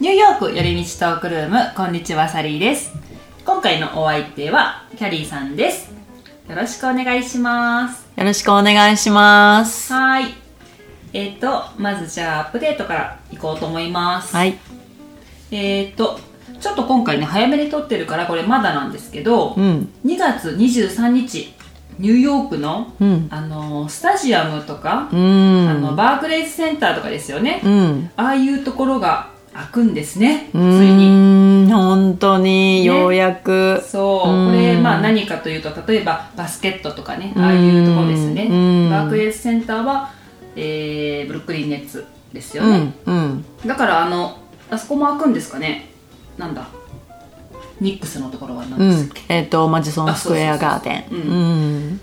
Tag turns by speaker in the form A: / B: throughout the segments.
A: ニューヨーク寄り道トークルームこんにちはサリーです今回のお相手はキャリーさんですよろしくお願いします
B: よろしくお願いします。
A: はーいえっ、とまずじゃあアップデートからいこうと思います
B: はい。
A: えっ、とちょっと今回ね早めに撮ってるからこれまだなんですけど、
B: うん。
A: 2月23日ニューヨークの、
B: うん。
A: あのスタジアムとか
B: う、
A: あの
B: ん。
A: バークレイズセンターとかですよね、
B: うん。
A: ああいうところが開くんですねついうに
B: ーん。本当に、
A: ね
B: ようやく。
A: そう、
B: うん
A: これまあ何かというと例えばバスケットとかねああいうところですね、
B: うん
A: バークレイズセンターは、えーブルックリンネッツですよ
B: う
A: ね
B: ん。、うん。
A: だからあのあそこも開くんですかねなんだニックスのところは何
B: う
A: です
B: ん
A: か、。
B: えっ、と、マジソンスクエアガーデ
A: そうそうそう
B: ン。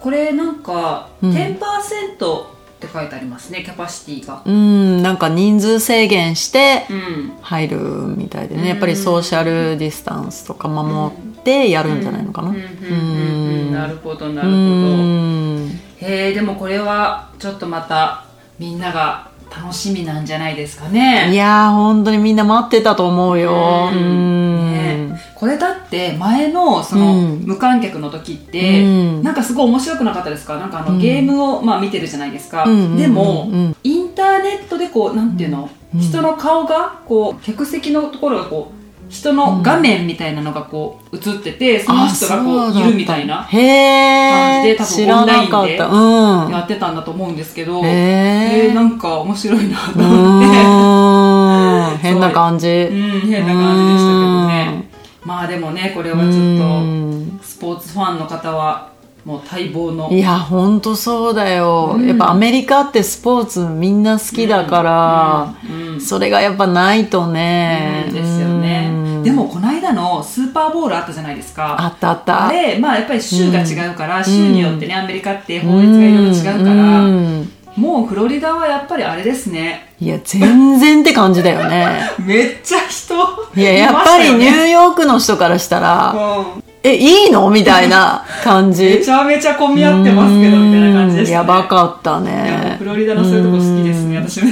A: これなんか、
B: うん
A: 10%って書いてありますねキャパシティが
B: うん。うん。なんか人数制限して
A: うん
B: 入るみたいで
A: うん
B: ね。やっぱりソーシャルディスタンスとか守ってやるんじゃないのかな。
A: う
B: うん
A: うんうんうんうんな
B: ーん。
A: るほどな
B: う
A: るほど
B: ん。
A: へえでもこれはちょっとまたみんなが楽しみなんじゃないですかね
B: いやー、本当にみんな待ってたと思うよ。
A: う
B: うんん。
A: ねこれだって前のその
B: うん
A: 無観客の時って
B: うん
A: なんかすごい面白くなかったですかなんかあ
B: う
A: の
B: ん
A: ゲームをまあ見てるじゃないですか
B: うんうんうん
A: でも
B: うん
A: インターネットでこうなんていうの
B: うん
A: 人の顔がこう客席のところがこう人の画面みたいなのがこう映っててその人がこ
B: あそうだっ
A: う
B: た
A: いるみたいな
B: へえ
A: 感じで
B: 知
A: 多分
B: らなか
A: オンラ
B: っ
A: インで
B: たうん
A: やってたんだと思うんですけど
B: へ
A: え
B: え
A: ーなんか面白いなと
B: う
A: 思って。
B: ーん変な感じ
A: う
B: 変
A: ん、変な感じでしたけどね。まあでもね、これはちょっと、スポーツファンの方は、もう待望の。
B: いやほんとそうだよ、
A: うん
B: やっぱアメリカってスポーツみんな好きだから、
A: うん、うんうん
B: それがやっぱないとね、
A: ですよ
B: う
A: ね。
B: ん
A: でも、この間のスーパーボールあったじゃないです
B: あ
A: か。
B: ったあった
A: あれ、まあやっぱり州が違うから、州によってね、アメリカって
B: うん
A: 法律がいろいろ違うから、
B: ん
A: もうフロリダはやっぱりあれですね。
B: いや全然って感じだよね
A: めっちゃ人、
B: いややっぱり
A: いま
B: ニ
A: し
B: ューヨークの人からした ら、
A: たよね。うん
B: え、いいのみたいな感じ。
A: めちゃめちゃ混み合ってますけど、みたいな感じでした、ね。
B: やばかった
A: いやもう
B: ね
A: フ。ロリダのそういうとこ好きですね、
B: うん
A: 私も。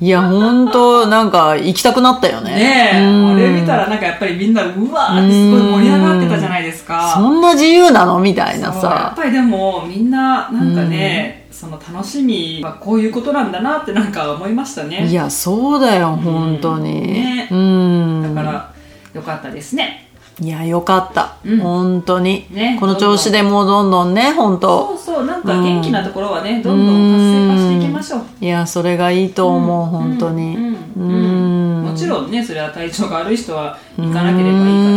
B: いや、ほんと、なんか、行きたくなったよね。
A: ねえ、
B: うん
A: あれ見たらなんかやっぱりみんなうわーってすごい盛り上がってたじゃないですか、
B: そんな自由なのみたいな
A: そうやっ
B: さ。
A: ぱりでもみんななんかね、その楽しみはこういうことなんだなってなんか思いました
B: い
A: ね
B: や、そうだよ、ほんとに。
A: ね
B: うん。
A: だからよかったですね
B: いや、よかった。
A: うん
B: ほんとに。
A: ね
B: この調子でもうどんどんね、ほん
A: そう
B: と。
A: そうなんか元気なところはね、どんどん活性化していきましょう
B: いや、それがいいと思う、ほんとに。
A: うんうん
B: うん
A: もちろんねそれは体調が悪い人は行かなければ
B: う
A: いい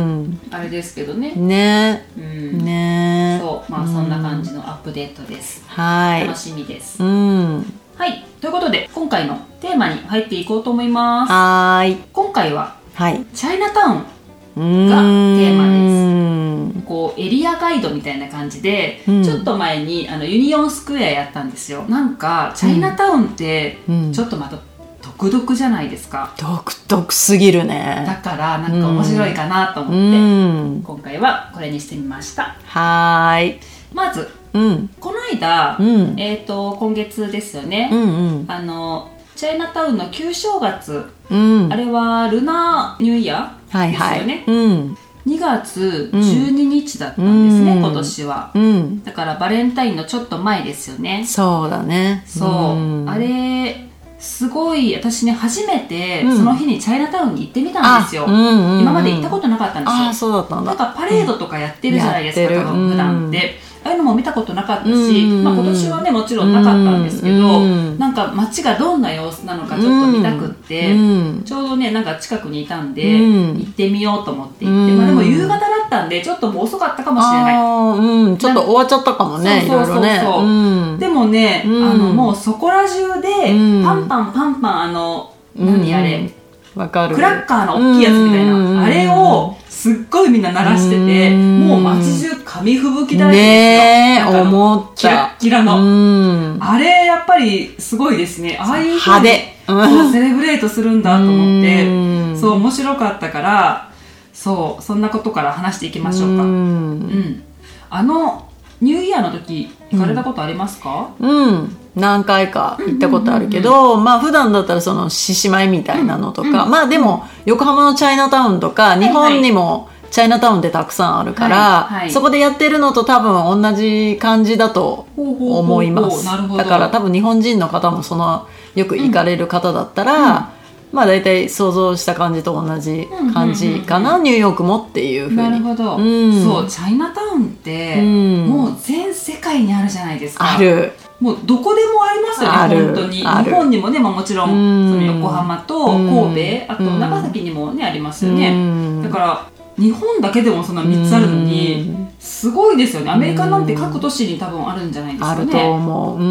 B: ん
A: からあれですけどね、
B: ね
A: うん
B: ね
A: そうまあそんな感じのアップデートです、
B: はい
A: 楽。しみです
B: うん。
A: はい、ということで今回のテーマに入っていこうと思います
B: はーい。
A: 今回は
B: はい。が
A: チャイナタウン
B: テーマで
A: こうエリアガイドみたいな感じで、
B: うん
A: ちょっと前にあのユニオンスクエアやったんですよなんかチャイナタウンって
B: うん
A: ちょっとまた独特じゃないですか、
B: 独特すぎる
A: だ
B: ね。
A: からなんか面白いかなと
B: う
A: 思って、
B: ん。
A: 今回はこれにしてみました
B: はーい。
A: まず
B: うん。
A: この間、
B: うん。
A: えっ、と今月ですよね
B: う、ん
A: あのチャイナタウンの旧正月
B: うん。うん
A: あ。れはルナニューイヤー
B: はい
A: です
B: は
A: よね
B: い。。うん。
A: 2月12日だったんですね、
B: うん
A: 今年は。
B: うん。
A: だからバレンタインのちょっと前ですよね。
B: そうだね。
A: そう。
B: ん
A: あれ、すごい、私ね、初めて
B: うん
A: その日にチャイナタウンに行ってみたんですよ。今
B: 今
A: まで行ったことなかったんです
B: ああ、
A: よ。
B: そうだったん
A: なん
B: だ。
A: かパレードとかやってるじゃないですか、
B: うん
A: 多
B: やってる
A: 分普段って。ああいうのも見たことなかったし、
B: うん
A: まあ、今年はねもちろんなかったんですけど、
B: うん
A: なんか街がどんな様子なのかちょっと見たくって、
B: うん。
A: ちょうどね、なんか近くにいたんで、
B: うん
A: 行ってみようと思って行って、
B: うん
A: まあでも夕方だったんで、ちょっともう遅かったかもしれない。
B: ああ、うん。ちょっと終わっちゃったかもね、いろいろね。うん。
A: でもね、
B: うん
A: あの、もうそこら中で、
B: うん
A: パンパンパンパン、あの、何あれ、
B: わかる。
A: クラッカーの大きいやつみたいな、
B: うん
A: あれをすっごいみんな鳴らしてて、
B: うん
A: もう街中紙吹雪だらけですよ。なんか
B: ねえ、
A: あの
B: 思った。
A: キラッキラの。
B: うん。
A: あれ、やっぱりすごいですね。ああいう風
B: 派
A: に
B: 手。
A: そううセレブレートするんだと思って、
B: うん
A: そう面白かったからそうそんなことから話していきましょうかうん
B: ん。
A: あのニューイヤーの時行かれたことありますか、
B: うん、何回か行ったことあるけど、まあ普段だったらその獅子舞みたいなのとか、まあでも横浜のチャイナタウンとか
A: い
B: 日本にもチャイナタウンってたくさんあるから、
A: はいはい
B: そこでやってるのと多分同じ感じだと
A: ほうほうほうほう
B: 思います
A: なるほど
B: だから多分日本人の方もそのよく行かれる方だったら、まあ大体想像した感じと同じ感じかな、ニューヨークもっていうふうに
A: なるほど、
B: うん
A: そうチャイナタウンって、
B: うん
A: もう全世界にあるじゃないですか
B: ある
A: もうどこでもあります
B: あ
A: よね本
B: る
A: 当に日
B: ある
A: 本にもね、まあ、もちろん
B: うん
A: その横浜と
B: うん
A: 神戸あと
B: うん
A: 長崎にもねありますよ
B: う
A: ね
B: ん
A: だから日本だけでもその3つあるのに
B: うん
A: すごいですよねアメリカなんて各都市に多分あるんじゃないです
B: あ
A: か
B: ると
A: ね
B: 思う、う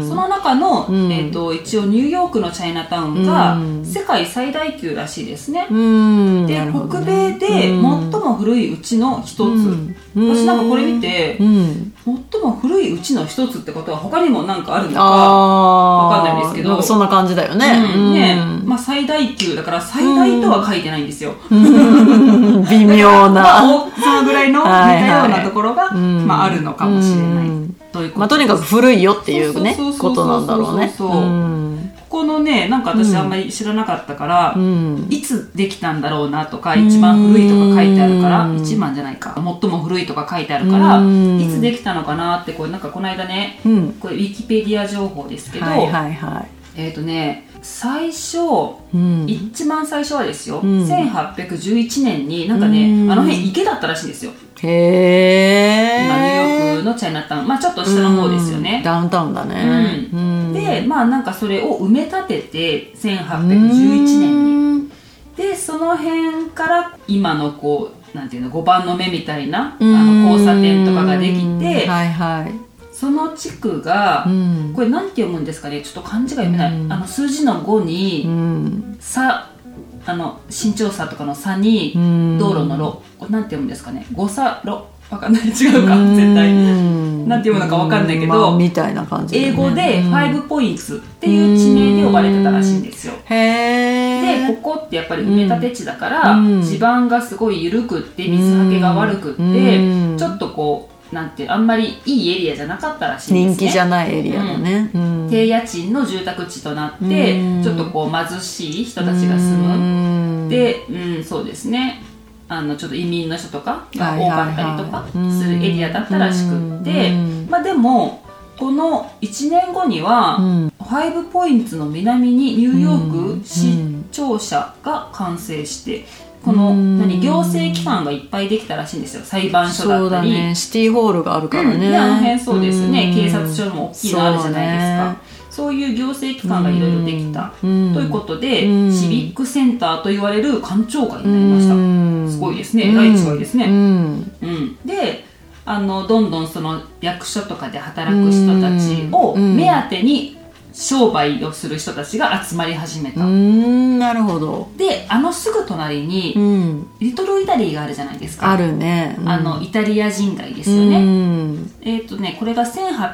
B: ん、
A: その中の、
B: うん
A: えー、と一応ニューヨークのチャイナタウンが
B: うん
A: 世界最大級らしいですね、
B: うん
A: で、
B: なるほど
A: 北
B: ね
A: 米で最も古いうちの一つ、
B: うん
A: 私なんかこれ見て
B: う、ん、
A: 最も古いうちの一つってことは他にもなんかあるのか、
B: あ
A: わ
B: ー
A: かんないですけど
B: かそんな感じだよね。
A: うんね
B: う ん
A: まあ、最大級だから最大とは書いてないんですよ、
B: うん微妙
A: ま
B: な。
A: あ おそのぐらいの似
B: はいはい
A: たようなところが、
B: うん
A: まあ、あるのかもしれない、
B: うん
A: ということ
B: まあ、とにかく古いよっていうね
A: そう、そ
B: こ
A: うそうそうそう
B: となんだろうね。
A: そうそうそう
B: うん
A: ここのねなんか私あんまり知らなかったから、
B: うん
A: いつできたんだろうなとか一番古いとか書いてあるから
B: うん
A: 一番じゃないか最も古いとか書いてあるから
B: うん
A: いつできたのかなってこれなんかこの間ね
B: うん
A: これウィキペディア情報ですけど、
B: はいはいは
A: えっ、とね最初
B: い。うん
A: 一番最初はですよ、
B: うん
A: 1811年になんかね
B: うん
A: あの辺池だったらしいんですよ
B: へ
A: 今
B: え。
A: ニューヨークのチャイナタウンまあちょっと下の方ですよ
B: うん
A: ね、
B: ダウンタウンだね。
A: う
B: うん
A: でまあなんかそれを埋め立てて1811年に
B: に。
A: でその辺から今のこうなんていうの5番の目みたいなあ
B: うん
A: の交差点とかができて
B: はいはい。
A: その地区が
B: うん
A: これなんて読むんですかねちょっと漢字が読めない
B: うん
A: あの数字の5に
B: ん
A: 「さ」あの身長差とかの「差」に
B: うん
A: 道路の路これなんて読むんですかね「誤差路」わかんない違うか
B: うん
A: 絶対なんて読むのかわかんないけど
B: まあみたいな感じだよね、
A: 英語で「
B: うん
A: 5ポイント」っていう地名で呼ばれてたらしいんですよ
B: へ
A: で
B: ー
A: ここってやっぱり埋め立て地だから、
B: うん
A: 地盤がすごい緩くって水はけが悪くって、
B: うん
A: ちょっとこうなんてあんまりいいエリアじゃなかったらしいんで
B: 人
A: すね
B: 気じゃないエリアだね、うん
A: 低家賃の住宅地となって、
B: うん
A: ちょっとこう貧しい人たちが住む、
B: む
A: で、うん、そうですねあのちょっと移民の人とかが
B: はい
A: 多
B: はいは
A: か
B: い
A: ったりとかするエリアだったらしくって、
B: うん
A: まあでもこの1年後には、
B: うん
A: 5ポイントの南にニューヨーク市
B: うん
A: 庁舎が完成してこの
B: うん
A: 何行政機関がいっぱいできたらしいんですよ裁判所だ
B: そ
A: っ
B: う
A: た
B: だ
A: り、
B: ねシティホールがあるからね、
A: うんであの辺そうですね、
B: うん
A: 警察署も大きいのあるじゃないですかそう,、いう行政機関がいろいろできた、
B: うん
A: ということで、
B: うん
A: シビックセンターと言われる官庁街
B: そう
A: にな
B: ね
A: りました、
B: うん
A: すごいですねえらい違いですね
B: うん
A: うん、であのどんどんその役所とかで働く人たちを
B: うん
A: 目当てに商売をする人たちが集まり始め
B: う
A: た、
B: んなるほど、
A: であのすぐ隣
B: う
A: に
B: ん、
A: リトルイタリーがあるじゃないですか
B: あるね、うん
A: あのイタリア人街ですよね、
B: うん
A: えっ、とねこれが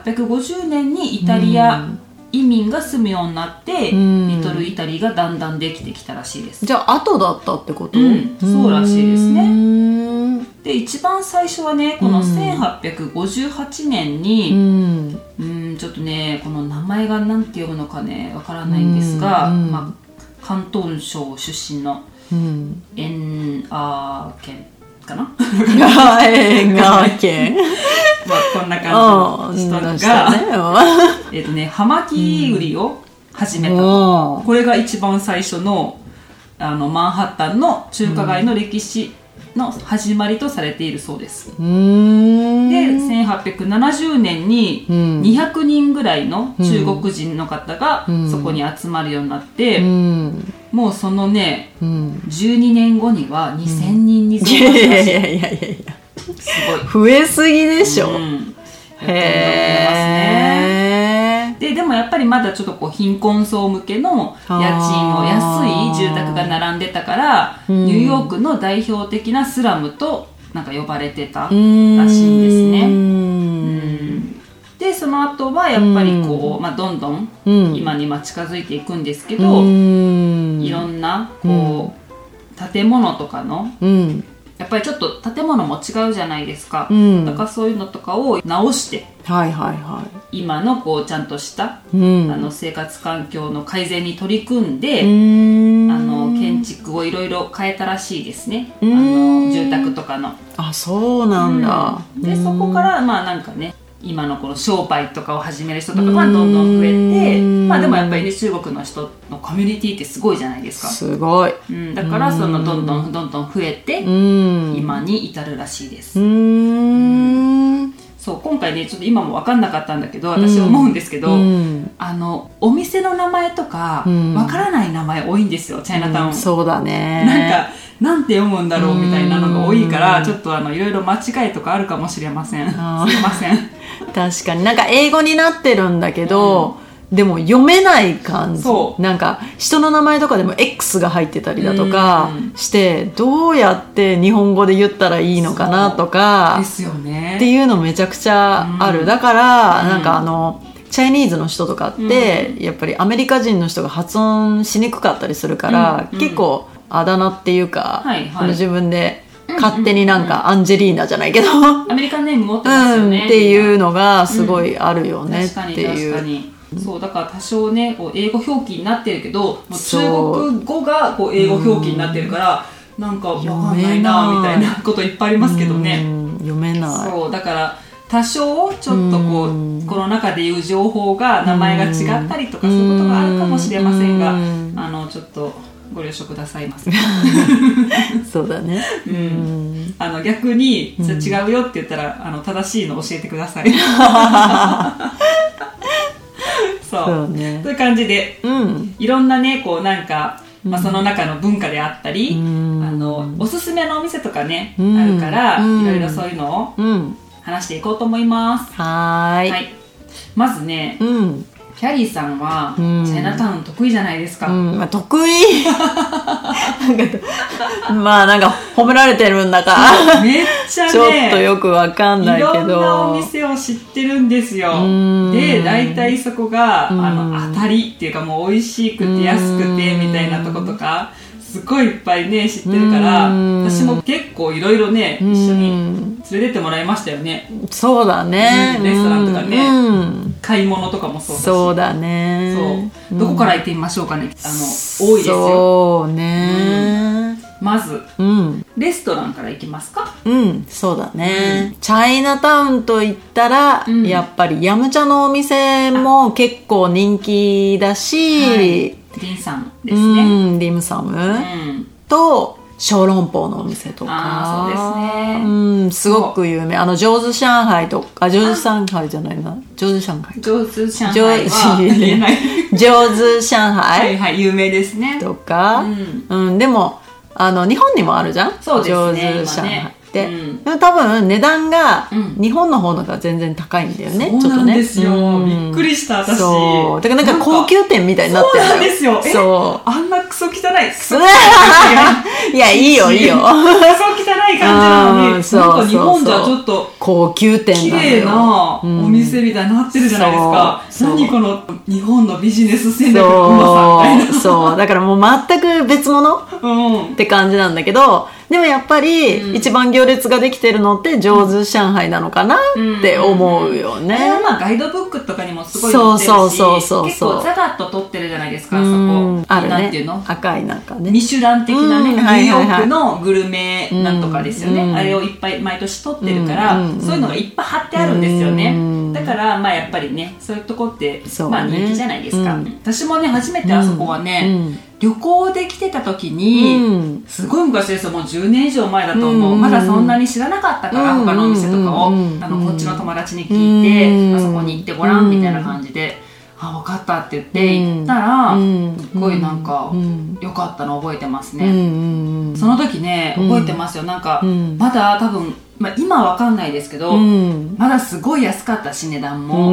A: 1850年にイタリア移民が住むようになって、
B: うん
A: リトルイタリーがだんだんできてきたらしいです
B: じゃあ後だったってこと、
A: うんそうらしいですね
B: ね
A: で一番最初はねこの
B: うん
A: 1858年に、
B: うん
A: うーんちょっとねこの名前が何て読むのかねわからないんですが、
B: うんうん
A: まあ、広東省出身の
B: うん
A: エンアー県かな
B: が 映画圏
A: まあこんな感じの人が、えっ、とね葉巻売りを始めた、
B: お
A: これが一番最初のあのマンハッタンの中華街の歴史の始まりとされているそうです、
B: うん
A: で1870年に
B: うん
A: 200人ぐらいの中国人の方が
B: うん
A: そこに集まるようになって、
B: うん
A: もうそのね
B: うん
A: 12年後には2000人に増
B: いやい
A: え
B: や
A: た
B: い
A: しい
B: やいやいや
A: す
B: 増えすぎでしょ、
A: ごい、うん、
B: へ
A: やってるんだと思いますね
B: え
A: ででもやっぱりまだちょっとこう貧困層向けの家賃の
B: あー
A: 安い住宅が並んでたから、
B: うん
A: ニューヨークの代表的なスラムとなんか呼ばれてた、
B: ら
A: らしいんですね
B: ね
A: でその後はやっぱりこう、まあ、どんどん
B: うん
A: 今にまあ近づいていくんですけど、
B: うん
A: いろんなこう、建物とかの
B: うん
A: やっぱりちょっと建物も違うじゃないですか、
B: うん
A: だからそういうのとかを直して
B: はいはいは
A: 今のこうちゃんとした、
B: い。うん。
A: あの生活環境の改善に取り組ん
B: う
A: で、
B: ーん
A: あの建築をいろいろ変えたらしいですね、
B: うん
A: あの住宅とかの。
B: あそうなんだ、
A: うんでそこからまあなんかね今のこの商売とかを始める人とかが
B: うん
A: どんどん増えて
B: うん
A: まあでもやっぱりね中国の人のコミュニティってすごいじゃないですか、
B: すごい
A: うん、だからそのどんどんどんどん増えて
B: うん
A: 今に至るらしいで
B: う
A: す、
B: ーん
A: そう今回ねちょっと今も分かんなかったんだけど私
B: うん
A: 思うんですけど、
B: うん
A: あのお店の名前とか
B: うん
A: わからない名前多いんですよチャイナタウン、
B: そうだね
A: なんかなんて読むんだろうみたいなのが多いか
B: う
A: ら
B: ん
A: ちょっとあのいろいろ間違いとかあるかもしれませんすい
B: あ
A: ま
B: ー
A: せ ん
B: 確かになんか英語になってるんだけど、でも読めない感じ
A: そう
B: なんか人の名前とかでも X が入ってたりだとか
A: うん
B: して、どうやって日本語で言ったらいいのかなとか
A: で、すよね
B: っていうのめちゃくちゃある、
A: うん
B: だから、
A: うん
B: なんかあのチャイニーズの人とかって、やっぱりアメリカ人の人が発音しにくかったりするから、
A: うん
B: 結構あだ名っていうか、
A: はいはい
B: あの自分で
A: うん
B: 勝手になんかアンジェリーナじゃないけど、
A: アメリカンネーム持ってます
B: う
A: よ
B: ん、
A: ね、
B: っていうのがすごいあるよ
A: 確
B: ねっ
A: かに
B: てい
A: 確か
B: う。
A: にそうだから多少ねこう英語表記になってるけどもう中
B: そう
A: 国語がこう英語表記になってるから、なんかわかんないな
B: 読
A: み
B: めな
A: た
B: い
A: いなこといっぱいありますけど
B: う
A: ね、
B: ん読めない。
A: そうだから多少ちょっとこう、
B: うん
A: この中でいう情報が名前が違ったりとか
B: う
A: そ
B: ん
A: ういうことがあるかもしれませんが、
B: うん
A: あのちょっとご了承くださいま せ、
B: そうだね。
A: う、
B: うんん、
A: あの逆に、じゃあ違うよって言ったらあの正しいの教えてくださ いそう
B: そうね
A: という感じで
B: うん、
A: いろんなねこうなんか、まあ、その中の文化であったり、
B: うん
A: あのおすすめのお店とかね、
B: うん
A: あるから、
B: うん
A: いろいろそういうのを
B: うん、
A: 話していこうと思います、
B: はーい,、
A: はい、まずね
B: うん、
A: キャリーさんは、
B: うん
A: チャイナタウン得意じゃないですか、
B: うん、まあ、得意 なんかまあなんか褒められてるんだか
A: めっちゃ
B: ら
A: ね
B: ちょっとよくわかんない
A: いろ
B: け
A: ん
B: ど
A: なお店を知ってるんですよ
B: うん
A: で大体そこがあ
B: う
A: の
B: ん
A: 当たりっていうかもう美味しく
B: うん
A: て安くてみたいなとことかすごいいっぱいね知ってるから
B: うん
A: 私も結構いろいろね
B: うん
A: 一緒に連れてってもらいましたよね
B: そうだね、
A: うんレストランとかね
B: うん、
A: 買い物とかもそうだし
B: そうだね
A: そうどこから行ってみましょうかねあの多いですよ
B: そうね
A: まず
B: うん
A: レストランから行きますか
B: うん、そうだね、チャイナタウンといったら、
A: うん
B: やっぱりヤムチャのお店も結構人気だし、
A: はいリンさんで
B: う
A: すね
B: ん、リムサム、
A: うん
B: と小籠包のお店とか
A: あーそうですね
B: うん、すごく有名あの上手上海とかあ上手上海じゃないな上手上海
A: 上手上海
B: 上
A: は
B: 手
A: 言えない
B: 上手上
A: は
B: 海
A: いはい有名ですね
B: とか、
A: うん
B: うんでもあの日本にもあるじゃん
A: そうですね
B: 上手上
A: 今
B: 海
A: ね
B: で,、
A: うん
B: でも多分値段が
A: うん
B: 日本の方のが全然高いんだよね、ち
A: そ
B: ょっ
A: うな
B: と
A: ん
B: ね
A: ですよ、
B: うん
A: びっくりした私
B: そうだからなんか高級店みたいになって
A: そう
B: る
A: なんですよえ
B: そ
A: あんなクソ汚いクソ汚いう
B: いやい いよいいよ
A: クソ汚い感じなのに
B: う
A: なんん
B: そう
A: か日本じゃちょっと
B: 高級店
A: 綺
B: なのよ
A: 麗なお店みたいになってるじゃないですか、
B: そう
A: 何この日本のビジネス戦略のうまさみたい
B: そ
A: な
B: うそうだからもう全く別物っ
A: うん
B: て感じなんだけどでもやっぱ
A: う
B: り
A: ん
B: 一番行列ができてるのって上手上海なのかなって思うよ
A: あれは
B: ね、
A: まあガイドブックとかにもすごい載ってるし
B: そうそうそうそう
A: 結構ザガッと撮ってるじゃないですか、
B: うん
A: そこ
B: ある
A: なんていう
B: ね
A: の
B: 赤いなんかね
A: ミシュラン的なね、
B: うん
A: ニュ
B: は
A: ー
B: い
A: ヨ
B: はいはい
A: ークのグルメなんとかですよね、
B: うん
A: あれをいっぱい毎年撮ってるから、
B: うん
A: そういうのがいっぱい貼ってあるんですよね、
B: うん
A: だからまあやっぱりねそういうとこって、
B: そうね
A: まあ人気じゃないですか、
B: うん
A: 私もね初めてあそこはね、
B: うん
A: 旅行で来てた時に、
B: うん
A: すごい昔ですよもう10年以上前だと思う、
B: うん
A: まだそんなに知らなかったから、
B: うん
A: 他のお店とかを、
B: うん
A: あのこっちの友達に聞いて、
B: うん
A: あそこに行ってごらんみたいな感じで、あ分かったって言って行ったら、
B: うん
A: すごいなんか
B: うん
A: よかったの覚えてます
B: うんう
A: ね、
B: んうん
A: その時ね覚えてますよなんか、
B: うん
A: まだ多分、まあ、今わかんないですけど、
B: うん
A: まだすごい安かったし値段も、
B: う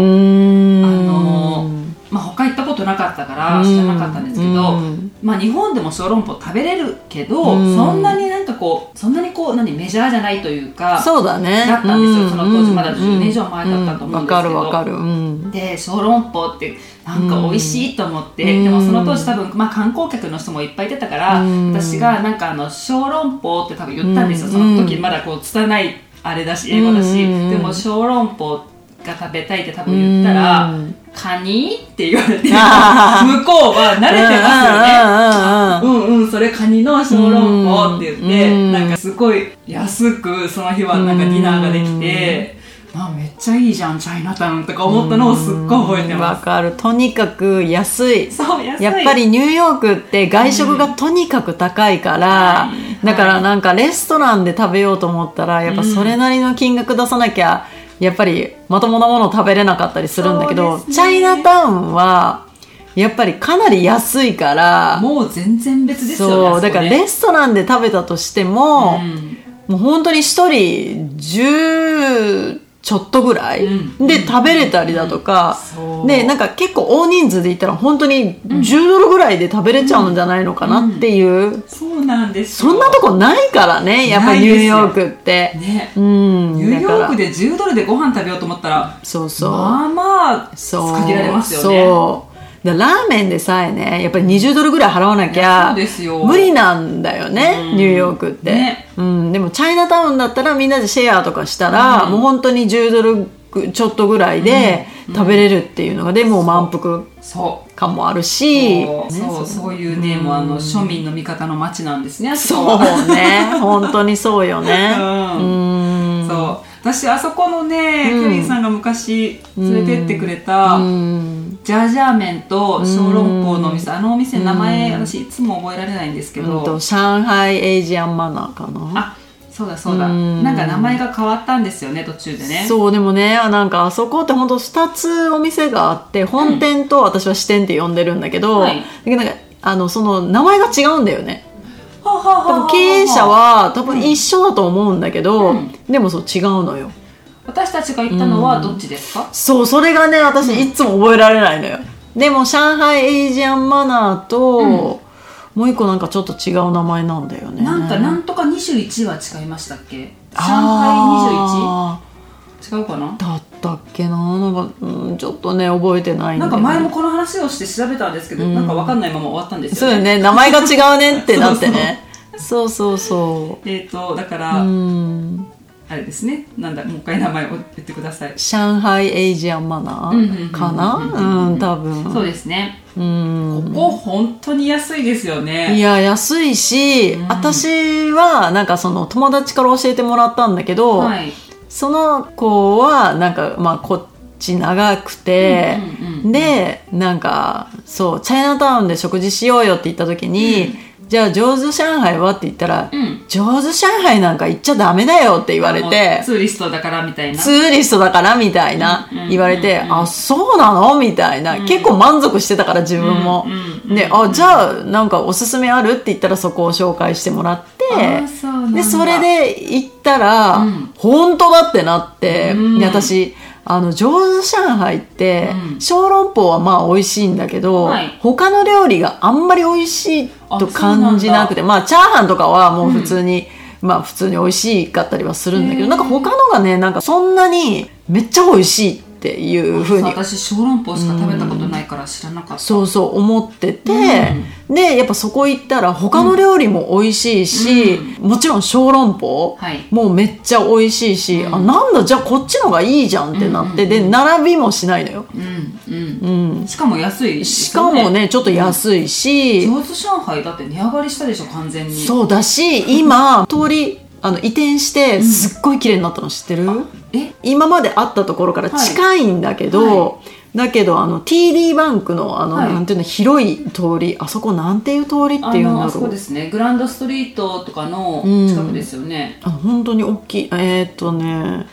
A: あ
B: ん
A: のまあ、他行ったことなかったから
B: うん
A: 知らなかったんですけど、
B: うん
A: まあ、日本でも小籠包食べれるけど、
B: うん
A: そんなになんかこうそんなにこう何メジャーじゃないというか
B: そうだね
A: だったんですよその当時まだ
B: うん
A: 10年以上前だったと思うんですけど
B: わかるわかるうん
A: で小籠包ってなんか美味しいと思って、
B: うん
A: でもその当時多分、まあ、観光客の人もいっぱいいてたから、
B: うん
A: 私がなんかあの小籠包って多分言ったんですよ、その時まだこう拙いあれだし英語だし、
B: うん
A: でも小籠包が食べたいって多分言ったら、
B: うん
A: カニって言わ れて向
B: あー
A: こうは慣れてますよね。
B: うんうんうんうん
A: うんうん、それカニの小籠包って言って、
B: うん
A: なんかすごい安くその日はなんかディナーができて、あめっちゃいいじゃんチャイナタウンとか思ったのをすっごい覚えて
B: わ
A: ます、
B: かるとにかく安い
A: そう安い
B: やっぱりニューヨークって外食がとにかく高いから、
A: うん
B: だからなんかレストランで食べようと思ったらやっぱそれなりの金額出さなきゃやっぱりまともなもの食べれなかったりするんだけど、
A: そうです
B: チ
A: ね
B: ャイナタウンはやっぱりかなり安いから
A: もう全然別ですよね
B: そうだからレストランで食べたとしても、
A: うん
B: もう本当に一人10ちょっとぐらい、
A: うん
B: で食べれたりだとか、
A: そう
B: でなんか結構大人数で行ったら本当に10ドルぐらいで食べれちゃうんじゃないのかなっていう、
A: そうなんですよ
B: そんなとこないからねやっぱ
A: ない
B: ニュ
A: です
B: ー
A: よ
B: ヨークって、
A: ね
B: うん
A: ニューヨーク
B: で
A: で10ドルでご飯食べようと思ったら
B: そうそう、
A: まあまあ
B: そう
A: 限られますよね
B: そうだからラーメンでさえねやっぱり20ドルぐらい払わなき
A: いやそ
B: ゃ
A: うですよ
B: 無理なんだよね、
A: うん
B: ニューヨークって、
A: ね
B: うん、でもチャイナタウンだったらみんなでシェアとかしたら、
A: うん
B: もう本当に10ドルちょっとぐらいで食べれるっていうのがでもう満腹
A: そう
B: 感もあるし
A: そう
B: ね
A: そうそういうね、もうあの庶民の味方の街なんですねあそこ
B: そ
A: は
B: うね本当にそうよね
A: う
B: うん
A: そう私あそこのね、
B: うん
A: ケリーさんが昔連れてってくれた、
B: うん
A: ジャージャー麺と小籠包のお店、あのお店名前、私いつも覚えられないんですけ
B: う
A: ど、
B: んと上海エイジアンマナーかな
A: あそうだそうだ、
B: うん
A: なんか名前が変わったんですよね途中でね
B: そうでもねなんかあそこって本当2つお店があって本店と私は支店って呼んでるんだけど、
A: はい
B: だけどなんかあのその名前が違うんだよね
A: はあはあは
B: 多
A: あはあ
B: 分経営者は多分一緒だと思うんだけど、
A: うん
B: でもそう違うのよ
A: 私たちが行ったのはどっちですか、
B: そうそれがね私いつも覚えられないのよでも上海エイジアンマナーと、
A: うん
B: もう一個なんかちょっと違う名前なんだよね
A: なんかなんとか21は違いましたっけ上海
B: あ
A: 21違うかな
B: ーだったっけななんか、うん、ちょっとね覚えてないんだ
A: なんか
B: よね
A: 前もこの話をして調べたんですけど、
B: うん
A: なんかわかんないまま終わったんです
B: そう
A: よ
B: よね名前が違うねってなってねそうそうそ
A: えっ、とだか
B: う
A: ら、
B: うん
A: あれですねなんだもう一回名前を言ってください
B: 上海エイジアンマナ
A: うんうんうんうん
B: ーかなうん多分
A: そうですね
B: うん
A: ここ本当に安いですよね
B: いや安いし、
A: うん
B: 私はなんかその友達から教えてもらったんだけど、
A: はい
B: その子はなんかまあこっち長くて、
A: うんうんうん
B: でなんかそうチャイナタウンで食事しようよって言った時に、じゃあ上手上海はって言ったら、
A: うん
B: 上手上海なんか行っちゃダメだよって言われ
A: も
B: て
A: うツーリストだからみたいな
B: ツーリストだからみたいな
A: うんうんうん
B: 言われて、あそうなのみたいな、
A: うん
B: 結構満足してたから自分も、
A: うんうん
B: であじゃあなんかおすすめあるって言ったらそこを紹介してもらって
A: あそうなんだ
B: でそれで行ったら、
A: うん
B: 本当だってなって、
A: うん
B: で私あの上手上海って、
A: うん
B: 小籠包はまあ美味しいんだけど、
A: はい
B: 他の料理があんまり美味しいと感じなくてまあチャーハンとかはもう普通に、まあ普通に美味しかったりはするんだ
A: へ
B: けど
A: ー
B: なんか他のがねなんかそんなにめっちゃ美味しいっていう風
A: そう
B: に
A: 私小籠包しか食べたことないから知らなかった、
B: そうそう思ってて、でやっぱそこ行ったら他の料理も美味しいし、もちろん小籠包
A: はい
B: もうめっちゃ美味しいし、
A: うん
B: あなんだじゃあこっちのがいいじゃんってなって、
A: うん
B: で並びもしないのよ、
A: うんうん
B: うん、
A: しかも安いです
B: しかも
A: よ
B: ねちょっと安いし、
A: 上手上海だって値上がりしたでしょ完全に
B: そうだし今通りあの移転してすっごい綺麗になったの知ってる、
A: え
B: 今まであったところから近いんだけど、だけどあの TD バンクのあの、
A: はい
B: なんていうの広い通りあそこなんていう通りって
A: あ
B: いうん
A: の
B: だ
A: あそ
B: ろ
A: こ
B: う
A: ですねグランドストリートとかの
B: うん
A: 近くですよね、
B: あ本当に大きいえーっとね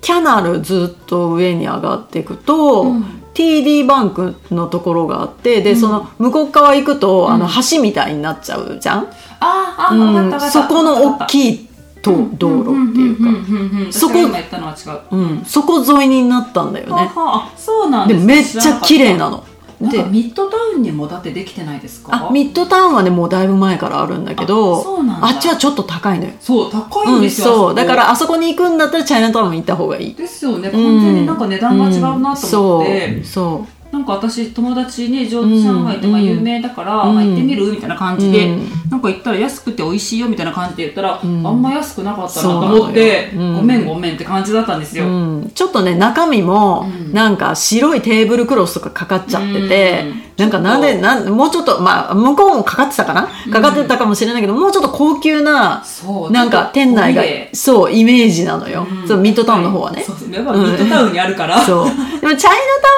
B: キャナルずっと上に上がっていくと、
A: うん
B: TD バンクのところがあってで、
A: うん
B: その向こう側行くと、あの橋みたいになっちゃうじゃん、
A: あああ、
B: うん
A: わかったわかった
B: そこの大きいと道路っていうか、
A: うか
B: そ
A: そ
B: こ
A: こ今言ったのは違う
B: うん、そこ沿いになったんだよ
A: はあ
B: ね
A: はああそうなん
B: で
A: です
B: もめっちゃ綺麗なの
A: なん
B: で
A: かミッドタウンにもだってできてないですか
B: あミッドタウンはねもうだいぶ前からあるんだけ
A: あ
B: ど
A: そうなんだ
B: っちはちょっと高いのよ
A: そう高いん
B: う
A: で
B: ん
A: すよ、あ
B: そ
A: こ
B: うだからあそこに行くんだったらチャイナタウン行った方がいい
A: ですよね完全になんか値段が違うなと思って、
B: うんそう
A: なんか私友達に上上海とか有名だから、
B: うん
A: まあ、行ってみるみたいな感
B: そ
A: じ
B: う
A: で、
B: うん
A: なんか行ったら安くて美味しいよみたいな感じで言ったら、
B: ん
A: あんま安くなかったなと思って、
B: そうなのようん
A: ごめんごめんって感じだったんですよ、
B: うん、ちょっとね中身も
A: うん
B: なんか白いテーブルクロスとかかかっちゃってて、
A: うん
B: なんかなん
A: ちょ
B: で
A: っ
B: なんもうちょっとまあ向こうもかかってたかなかかってたかもしれないけど、もうちょっと高級な
A: そう
B: なんか店内が
A: ちょっとゴミで
B: そうイメージなのよ、
A: うん
B: そうミッドタウンの方はね、
A: そうそうやっぱミッドタウンにあるから、
B: そうでもチャイナ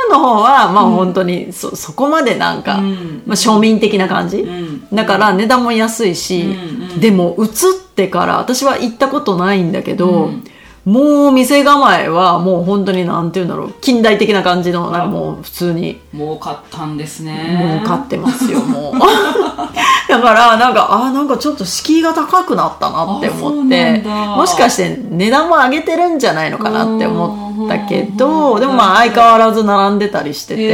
B: タウンの方はまあ本当にそそこまでなんか、
A: うん
B: まあ、庶民的な感じ、
A: うん
B: だから値段も安いし、
A: うんうん
B: でも移ってから私は行ったことないんだけど、
A: うん
B: もう店構えはもう本当になんて言うんだろう近代的な感じのなんかもう普通に
A: 儲かったんですね
B: 儲かってますよ、もう だからなんかあーなんかちょっと敷居が高くなったなって思って
A: あそうなんだ
B: もしかして値段も上げてるんじゃないのかなって思ったけど
A: うん
B: でもまあ相変わらず並んでたりしてて、
A: へ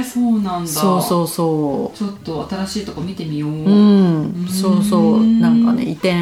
A: えそうなんだ
B: そうそうそう
A: ちょっと新しいとこ見てみよう、
B: うん、そうそううんなんかね移転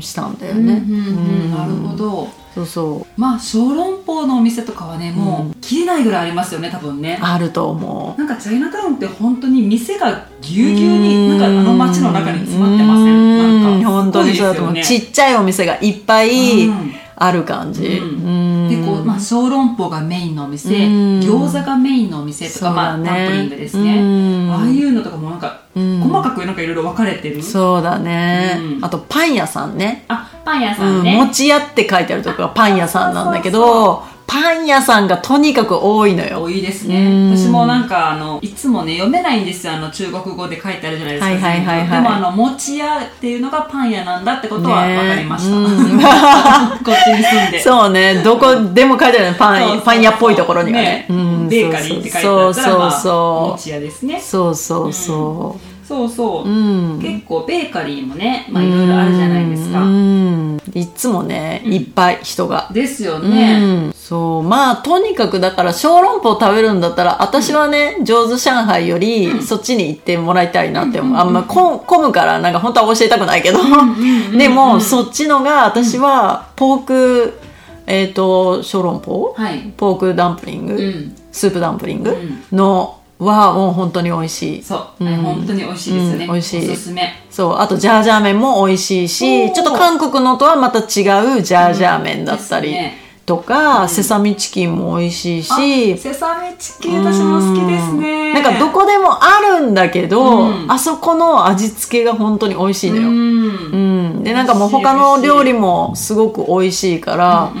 B: したんだよ
A: うん
B: ね、
A: うんうんなるほど
B: そうそう
A: まあ小籠包のお店とかはねもう切れないぐらいありますよね多分ね
B: あると思う
A: なんかチャイナタウンって本当に店がぎゅうぎゅうになんかあの街の中に詰まってません
B: う
A: なんか
B: 本当にそうだと思う、
A: す
B: ち
A: ごい
B: っちゃいお店がいっぱ
A: です
B: い
A: よね
B: ある感じ、
A: うん
B: うん
A: うんでこうまあ、小籠包がメインのお店
B: うん
A: 餃子がメインのお店と
B: そう
A: か、ま
B: だ
A: あ、
B: ね
A: ダンプリングですね
B: うん
A: ああいうのとかもなんか
B: うん
A: 細かくなんかいろいろ分かれてる
B: そうだね、
A: うん
B: あとパン屋さんね
A: あパン屋
B: う
A: さん
B: ん、
A: ね
B: 餅屋って書いてあるとこがパン屋さんなんだけど
A: そうそう
B: パン屋さんがとにかく多いのよ
A: 多いです
B: うん
A: ね私もなんかあのいつもね読めないんですよあの中国語で書いてあるじゃないですか、
B: はいはいはいはい
A: でもあの餅屋っていうのがパン屋なんだってことは
B: ね
A: 分かりました、
B: う
A: こっちに住んで
B: そうね、どこでも書いてあるね、パン、
A: そうそう
B: パン屋っぽいところにはね。うん
A: ベーカリーって書いてあったら、まあ、
B: そう
A: 餅屋ですね
B: そうそう。そうそうそ。
A: そうそうう、
B: うん。
A: 結構ベーカリーもねまあいろいろあるじゃないですか、
B: うん。いつもね、いっぱい人が。
A: ですよ
B: う
A: ね、
B: ん、そうまあとにかくだから小籠包食べるんだったら私はね、上手上海より、そっちに行ってもらいたいなって思う、あんまこ混むからなんか本当は教えたくないけど、
A: うん
B: でも、そっちのが私はポークえっ、と小籠包、
A: はい
B: ポークダンプリング、
A: うん
B: スープダンプリング
A: う
B: のはもう本当に美味しい。
A: そう、
B: うん
A: 本当に美味しいですよね、
B: うん美味しい
A: おすすめ
B: そう。あと、ジャージャー麺も美味しい
A: お
B: し、
A: ー
B: ちょっと韓国のとはまた違うジャージャー麺だったり
A: うんですね
B: とか、セサミチキンも美味しい
A: あ
B: し、
A: セサミチキン私も好きですね
B: なんかどこでもあるんだけど、
A: うん
B: あそこの味付けが本当に美味しいのよ。
A: うん
B: うん。で、なんかもう他の料理もすごく美味しいから、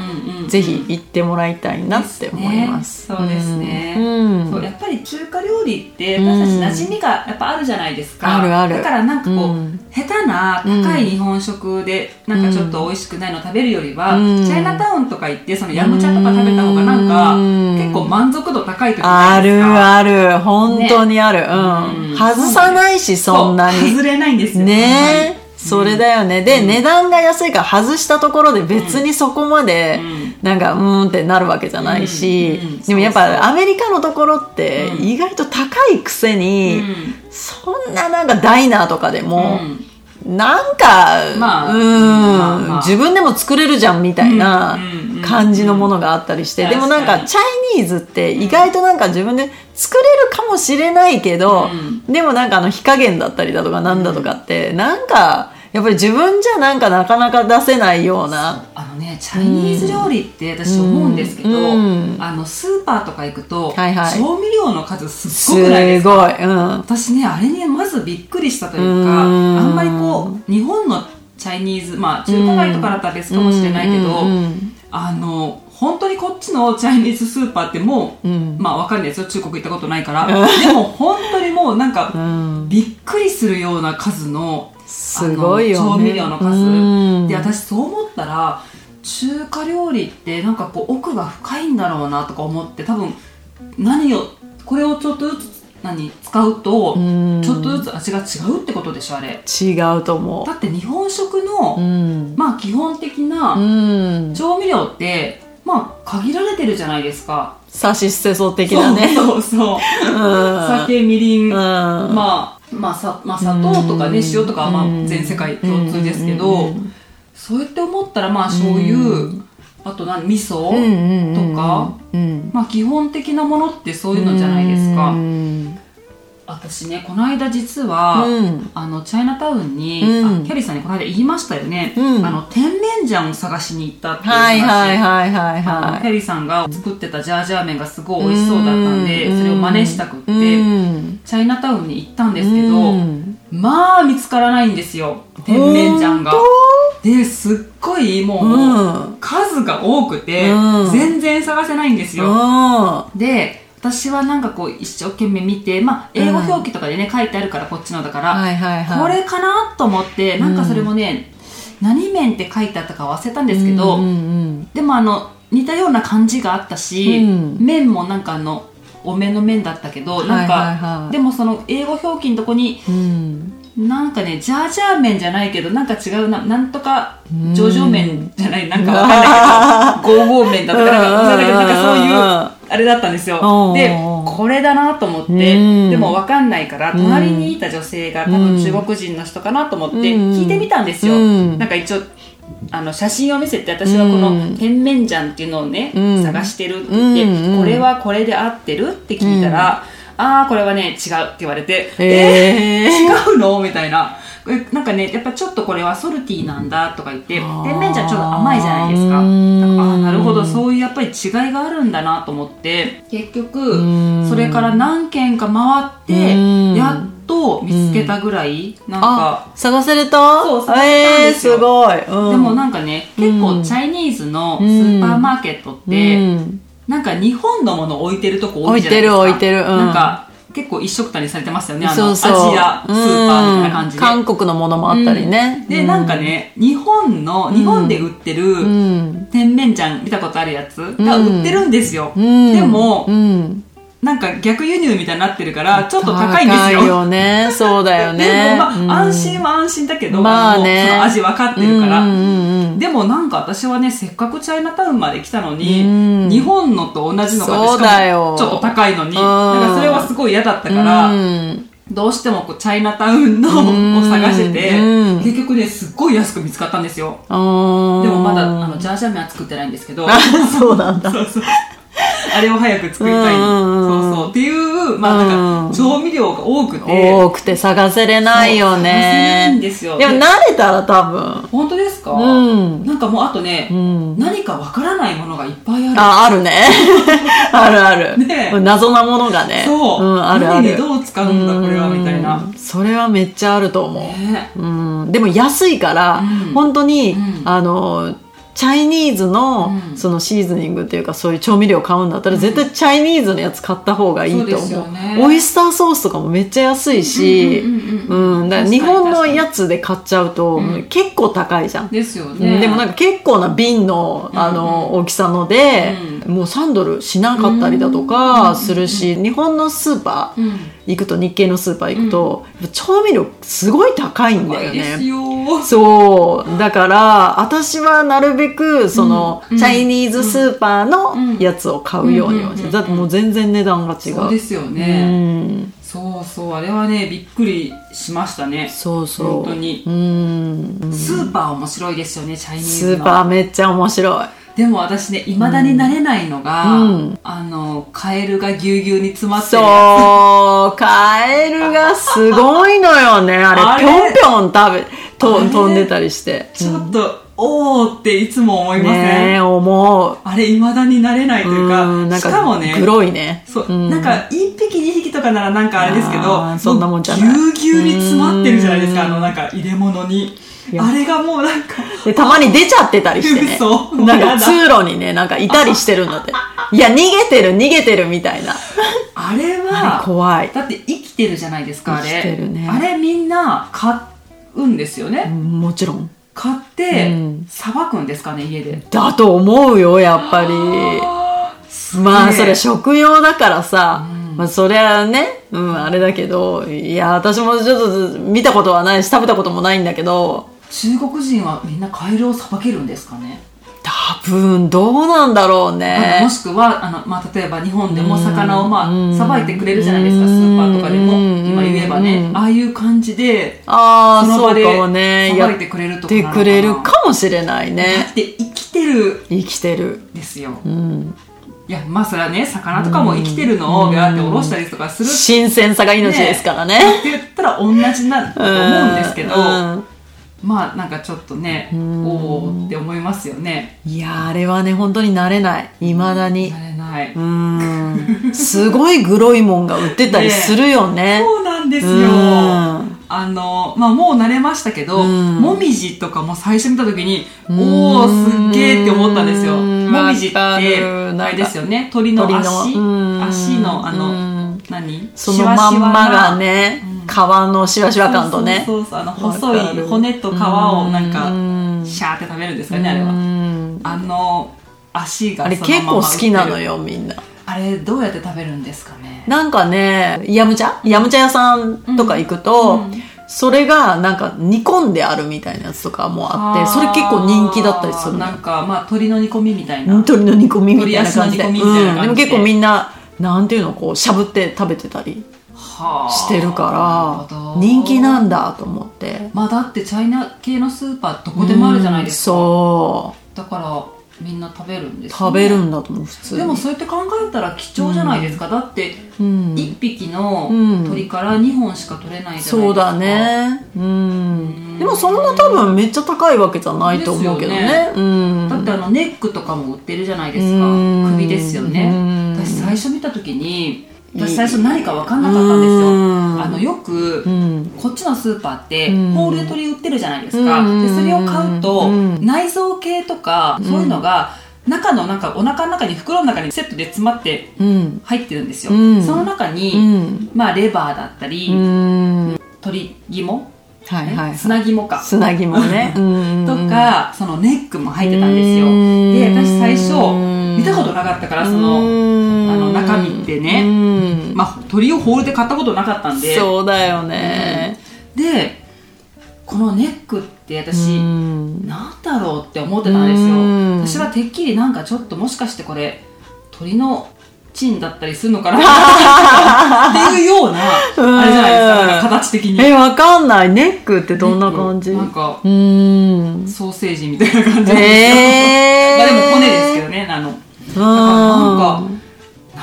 B: ぜひ行ってもらいたいなって思います。
A: ですねそうですね
B: うん。
A: そうやっぱり中華料理って私たち馴染みがやっぱあるじゃないですか、
B: あるある
A: だからなんかこう、
B: うん
A: 下手な高い日本食でなんかちょっと美味しくないの食べるよりは、
B: うん
A: チャイナタウンとか行ってそのヤムチャとか食べた方がなんか、
B: うん
A: 結構満足度高い時
B: あ
A: ないです
B: る
A: か
B: ある本当にある、うん
A: うん
B: 外さないしそんな
A: そう
B: に
A: 外れないんですよ
B: ねえそれだよねで、値段が安いから外したところで別にそこまで、
A: うん
B: なんかうーんってなるわけじゃないし、
A: うんうん
B: でもやっ
A: そうそう
B: ぱアメリカのところって
A: うん
B: 意外と高いくせ
A: う
B: に、
A: ん
B: そんななんかダイナーとかでも、
A: うん
B: なんか、
A: まあ
B: うー
A: まあ
B: ん、
A: まあ
B: 自分でも作れるじゃんみたいな
A: うんうん
B: 感じのものがあったりして、
A: うん
B: でもなん
A: 確
B: か
A: かに
B: チャイニーズって意外となんか自分で作れるかもしれないけど、でもなんかあの火加減だったりだとかなんだとかって、なんかやっぱり自分じゃなんかなかなか出せないような、
A: あのね、チャイニーズ料理って私思うんですけど、
B: うん
A: あのスーパーとか行くと、
B: はいはい
A: 調味料の数す
B: す
A: っ
B: ご
A: ご
B: い、
A: くないですか
B: うん。
A: 私ねあれにまずびっくりしたというか
B: うん
A: あんまりこう日本のチャイニーズまあ中華街とかだったら別かもしれないけど、
B: うんうん
A: あの本当にこっちのチャイニーズスーパーってもう、
B: うん
A: まあわかんないですよ中国行ったことないから、でも本当にもうなんか、
B: うん
A: びっくりするような数の
B: すごいよね
A: あの調味料の数、
B: うん
A: で私そう思ったら中華料理ってなんかこう奥が深いんだろうなとか思って多分何をこれをちょっとずつ何使うと
B: ん
A: ちょっとずつ味が違うってことでしょあれ
B: 違うと思
A: だって日本食
B: う。う
A: の、
B: ん。
A: まあ基本的
B: う。
A: なん調味料ってまあ限られてるじゃないですか
B: さし捨てそう的な ね
A: そうそうそう、
B: うん
A: 酒みりん、
B: うんま
A: まあまあさ、まあ、砂糖とかね、
B: うん
A: 塩とかはまあ
B: うん
A: 全世界共通ですけど、
B: うん
A: そうやって思ったらまあ醤油、
B: う
A: あと何味噌、
B: と
A: とか、
B: うん、
A: まあ基本的なものってそういうのじゃないですか、
B: うん
A: 私ねこの間実は、
B: うん
A: あのチャイナタウンに、
B: うん
A: あキャリーさんにこの間言いましたよね、
B: うん
A: あの甜麺醤を探しに行ったっていう話、
B: はいはいは
A: あ
B: いはい
A: のキ
B: は
A: ャリーさんが作ってたジャージャー麺がすごい美味しそうだったんで、
B: うん
A: それを真似したくって、
B: いうん
A: チャイナタウンに行ったんですけど、
B: うん
A: まあ見つからないんですよ甜麺醤が
B: ほん
A: ですっごいもう、
B: うん
A: 数が多くて、
B: うん
A: 全然探せないんです
B: う
A: よ、
B: ん
A: で私はなんかこう一生懸命見て、まあ、英語表記とかでね、書いてあるからこっちのだから、
B: はいはいはい
A: これかなと思ってなんかそれもね、何麺って書いてあったか忘れたんですけど、
B: うんうん
A: でもあの似たような感じがあったし、
B: うん
A: 麺もなんかあのおめの麺だったけど
B: うん
A: なんか、
B: はいはいはい
A: でもその英語表記のとこに
B: うん
A: なんかねジャージャー麺じゃないけどなんか違うななんとか上々麺じゃないなんかわかんないけ どゴーゴー麺だったかなんか忘れたけどなんかそういうあれだったんですよ
B: おー
A: でこれだなと思って
B: うん
A: でも分かんないから
B: うん
A: 隣にいた女性が多
B: う
A: 分
B: ん
A: 中国人の人かなと思って
B: うん
A: 聞いてみたんですよ
B: うん
A: なんか一応あの写真を見せて私はこ
B: うん
A: の「甜麺醤」っていうのをね
B: うん
A: 探してるって言っ
B: う
A: て
B: ん
A: これはこれで合ってるって聞いたら「ああこれはね違う」って言われて「
B: えー
A: 違うの?」みたいな。えなんかねやっぱちょっとこれはソルティなんだとか言って
B: あー
A: 甜麺醤ちょっと甘いじゃないですか
B: う
A: あ
B: ん
A: あなるほどそういうやっぱり違いがあるんだなと思って結
B: う
A: 局
B: ん
A: それから何軒か回
B: う
A: っ
B: ん
A: てやっと見つけたぐらいなんか
B: あ探せれた
A: そう探せたん
B: え
A: で
B: ー
A: すよ
B: すごい、うん、
A: でもなんかね結
B: う
A: 構
B: ん
A: チャイニーズのスーパーマーケットっ
B: う
A: て、
B: ん
A: なんか日本のもの置いてるとこ多いじゃないですか
B: 置いてる置いてるうん
A: なんか結構一色たにされてますよねあの
B: そうそう
A: アジアスーパーみたいな感じ
B: う
A: で
B: ん、韓国のものもあったりね、
A: でなんかね日本の日本で売ってる、
B: うん、
A: 甜麺醤見たことあるやつが売ってるんですよ、
B: うん、
A: でも
B: うん、
A: なんか逆輸入みたいになってるからちょっと高いんです
B: 高
A: よ
B: いよねそうだよ ね
A: でもまあ、
B: うん
A: 安心は安心だけど、
B: まあ
A: の
B: ね
A: その味分かってるから、
B: うんうんうん
A: でもなんか私はねせっかくチャイナタウンまで来たのに、
B: うん
A: 日本のと同じのが
B: そうだよ
A: しかもちょっと高いのに、
B: ん
A: なんかそれはすごい嫌だったから、
B: うん
A: どうしてもこうチャイナタウンの
B: ん
A: を探してて、
B: うん
A: 結局ねすっごい安く見つかったんですよ
B: あー
A: でもまだあのジャージャー麺は作ってないんですけど
B: そうなんだ
A: そうそうあれを早く作りたい、
B: うんうんうん
A: そうそうっていう、まあ、なん
B: うん
A: か調味料が多くて、
B: 多くて探せれないよ
A: そう探
B: ね
A: せないんですよ
B: でも慣れたら多
A: 本当ですか、
B: うん
A: なんかもうあとね、
B: 分うん
A: 何かわからないものがいっぱいある
B: ああるね あるある、
A: ねえ
B: 謎なものがね
A: そう、
B: ん、あるあ
A: 何
B: る
A: にどう使うんだこれはみたいな、
B: うんそれはめっちゃあると思う、
A: ね
B: うん、でも安いから、
A: うん
B: 本当に、
A: うん
B: あのチャイニーズの,、
A: うん
B: そのシーズニングっていうかそういう調味料買うんだったら、絶対チャイニーズのやつ買った方がいいと
A: そうです
B: 思
A: よ
B: う、
A: ね
B: オイスターソースとかもめっちゃ安いし、
A: うんうんう
B: う
A: んうん
B: んだから日本のやつで買っちゃうと、
A: うん
B: 結構高いじゃん、
A: ですよ
B: う
A: ね
B: んでもなんか結構な瓶のあの大きさので、もう3ドルしなかったりだとかするし、日本のスーパー
A: うん
B: 行くと日系のスーパー行くと、やっぱ調味料すごい高いんだ
A: 怖
B: よ
A: いです
B: ね。
A: よ
B: そうだから私はなるべくその、
A: うん
B: チャイニーズスーパーのやつを買うようにはして、
A: うん
B: だってもう全然値段が違う。
A: そうですよ
B: う
A: ね、
B: ん、
A: そうそうあれはねびっくりしましたね
B: そうそう
A: 本当に
B: うん
A: スーパー面白いですよねチャイニー
B: ス
A: ズ
B: ー
A: の
B: パーめっちゃ面白い。
A: でも私ねいまだになれないのが、
B: うん
A: あのカエルがぎゅうぎゅうに詰まってるや
B: そう、カエルがすごいのよね。あ
A: あ
B: れ、
A: れ
B: ぴょんぴょん食べ、
A: あ
B: と
A: れ
B: 飛んでたりして。
A: つちょっと、おーっていつも思いません、
B: ねえ、思う。
A: あれいまだになれないというか
B: うんなん
A: しかもね
B: 黒いね。
A: そう、
B: ん
A: なんか一匹二匹とかならなんかあれですけ
B: あ
A: ど
B: ーそんなもんじゃない
A: もうぎゅうぎゅうに詰まってるじゃないですか
B: う
A: あ
B: ん
A: のなんか入れ物に
B: いや
A: あれがもうなんか
B: で、たまに出ちゃってたりしてね
A: 嘘。
B: なん
A: や
B: か
A: だ
B: 通路にね、なんかいたりしてるんだって。いや、逃げてる、逃げてるみたいな。
A: あれ
B: あれ
A: は
B: 怖い。
A: だって生きてるじゃないですかあれ
B: 生きてるね
A: あれみんな買うんですよね、
B: うんもちろん。
A: 買って
B: うん
A: さばくんですかね家で
B: だと思うよ、やっぱり。
A: あーすげえ
B: まあそれ食用だからさ、
A: うん
B: まあそりゃね、うん、あれだけど、いや、私もちょっと見たことはないし、食べたこともないんだけど、
A: 中国人はみんなカエルをさばけるんですかね
B: 多分どうなんだろう
A: あの
B: ね
A: もしくはあの、まあ、例えば日本でも魚をま
B: うん
A: あさば、いてくれるじゃないですかスーパーとかでも
B: うん
A: 今言えばね
B: うん
A: ああいう感じで
B: あ
A: そ
B: あ
A: の場
B: そう
A: で
B: かもね
A: さ
B: や
A: ば
B: っ
A: いてくれるとか
B: て
A: なの
B: くれるかもしれない
A: だっ
B: ね
A: て生きてる
B: 生きてる
A: んですよ
B: うん
A: いやまあそれはね魚とかも生きてるのをビャーっておろしたりとかするって
B: 新鮮さが命ですからね
A: 言ったら同じなんだと思うんですけど、
B: うん
A: まあなんかちょっとね
B: ん
A: おおって思いますよね
B: いやーあれはね本当に慣れないいまだに
A: なれない、
B: うーんすごいグロいもんが売ってたりするよ ね
A: そうなんですよ、
B: うん
A: あのまあもう慣れましたけど、
B: うん
A: もみじとかも最初見た時に、
B: ん
A: おおすっげえって思ったんですよ
B: うん
A: もみじって
B: わか
A: あ
B: る
A: れですよね鳥の
B: 鳥
A: 足
B: のうん
A: 足のあの、
B: うん
A: 何
B: そのまんまが
A: ね
B: ね
A: うん
B: 皮のしわしわ感とね
A: そうそうそうそうあの
B: わか
A: 細い
B: る
A: 骨と皮をなん
B: う
A: か
B: ん
A: シャーって食べるんですかねあれ
B: う
A: は
B: ん
A: あの足が
B: あれ
A: その
B: 結
A: まま
B: 構好きなの
A: 売ってる
B: よみんな
A: あれどうやって食べるんですかね
B: なんかねヤムチャヤムチャ屋さんとか行くと、
A: うんうん
B: それがなんか煮込んであるみたいなやつとかもあってそれ結構人気だったりするの
A: なんかまあ鶏の煮込みみたいな
B: 鶏の煮込みみたいな感じ
A: 鶏
B: で
A: 足の煮込みみたいな感じで
B: うんでも結構みんななんていうのこうしゃぶって食べてたり
A: はあ
B: してるか
A: なる
B: ら
A: ほど
B: 人気なんだと思って
A: まあだってチャイナ系のスーパーどこでもあるじゃないですか、
B: うんそ
A: だからみんな食べるんで
B: う
A: すね、
B: 食べるんだと思う普通に
A: でもそうやって考えたら貴重じゃないですか、だって
B: うん
A: 一匹の
B: うん
A: 鳥から二本しか取れないじゃないですか、
B: そうだねうん
A: ん
B: でもそんな多分めっちゃ高いわけじゃないと思うけどね
A: です
B: うん
A: だってあのネックとかも売ってるじゃないですか
B: うん
A: 首ですよ
B: う
A: ね
B: ん
A: 私最初見た時に
B: い
A: 私
B: い
A: 最初何か分かんなかったんです
B: う
A: よ
B: ん
A: あのよく
B: うん
A: こっちのスーパーって
B: うん
A: ホールで鳥売ってるじゃないですか
B: うん
A: でそれを買うと
B: うん
A: 内臓系とかそういうのが中のなんかお腹の中に袋の中にセットで詰まって
B: うん
A: 入ってるんですよ
B: うん
A: その中
B: う
A: に
B: ん
A: まあレバーだったり
B: うん
A: 鶏肝
B: はいはい
A: 砂肝か
B: 砂肝ねう ん
A: とかそのネックも入ってたんですよ
B: うん
A: で私最初見たことなかったからその
B: の
A: あの中身ってねまあ鳥をホールで買ったことなかったんで
B: そうだよね
A: でこのネックって私
B: うん
A: なんだろうって思ってたんです
B: うん
A: よ私はてっきりなんかちょっともしかしてこれ鳥のチンだったりするのかな っていうような
B: うん
A: あれじゃないですかなんか形的に
B: えわかんないネックってどんな感じ
A: なんか
B: うん
A: ソーセージみたいな感じなんですよ、
B: えー
A: まあでも骨ですけどねあのなんか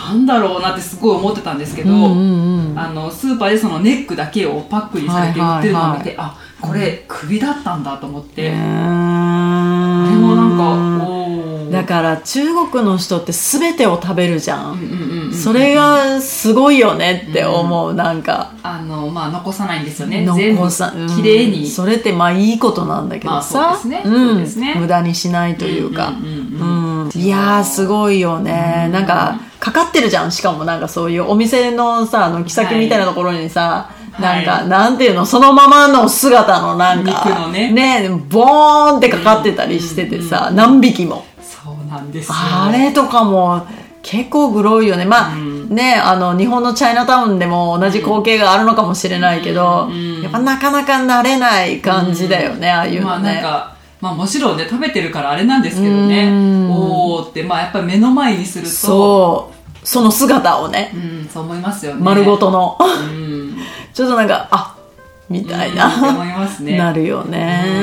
A: なんだろうなってすごい思ってたんですけど、
B: うんうんうん
A: あのスーパーでそのネックだけをパックにされて売ってるのを見て、あこれ首だったんだと思って、
B: ね
A: あ
B: ー
A: れもなんかおお
B: だから中国の人って全てを食べるじゃ
A: うん
B: ん、
A: うんうんうん
B: それがすごいよねって思う、なんか
A: あの、まあ、残さないんですよね全部
B: 残さうん
A: きれいに
B: それってまあいいことなんだけどさ、
A: まあそうですね
B: ん
A: そうですね
B: 無駄にしないというか、
A: うんうんうん
B: うんいやーすごいよね、なんかかかってるじゃんしかもなんかそういうお店のさあの木先みたいなところにさ、
A: はい
B: なんかなんていうのそのままの姿のなんか
A: 肉のね
B: ボーンってかかってたりしててさ、何匹も
A: そうなんですよ
B: あれとかも結構グロいよねまあ、
A: うん
B: ねあの日本のチャイナタウンでも同じ光景があるのかもしれないけど、
A: うん
B: やっぱなかなか慣れない感じだよね、ああいう
A: まあ
B: の
A: なん
B: ね、
A: かまあもちろんね食べてるからあれなんですけどね
B: うん
A: おおってまあやっぱり目の前にすると
B: そうその姿をね
A: うん、そう思いますよね
B: 丸ごとの
A: うん
B: ちょっとなんかあみたいな、
A: うんって思いますね
B: なるよね、
A: うん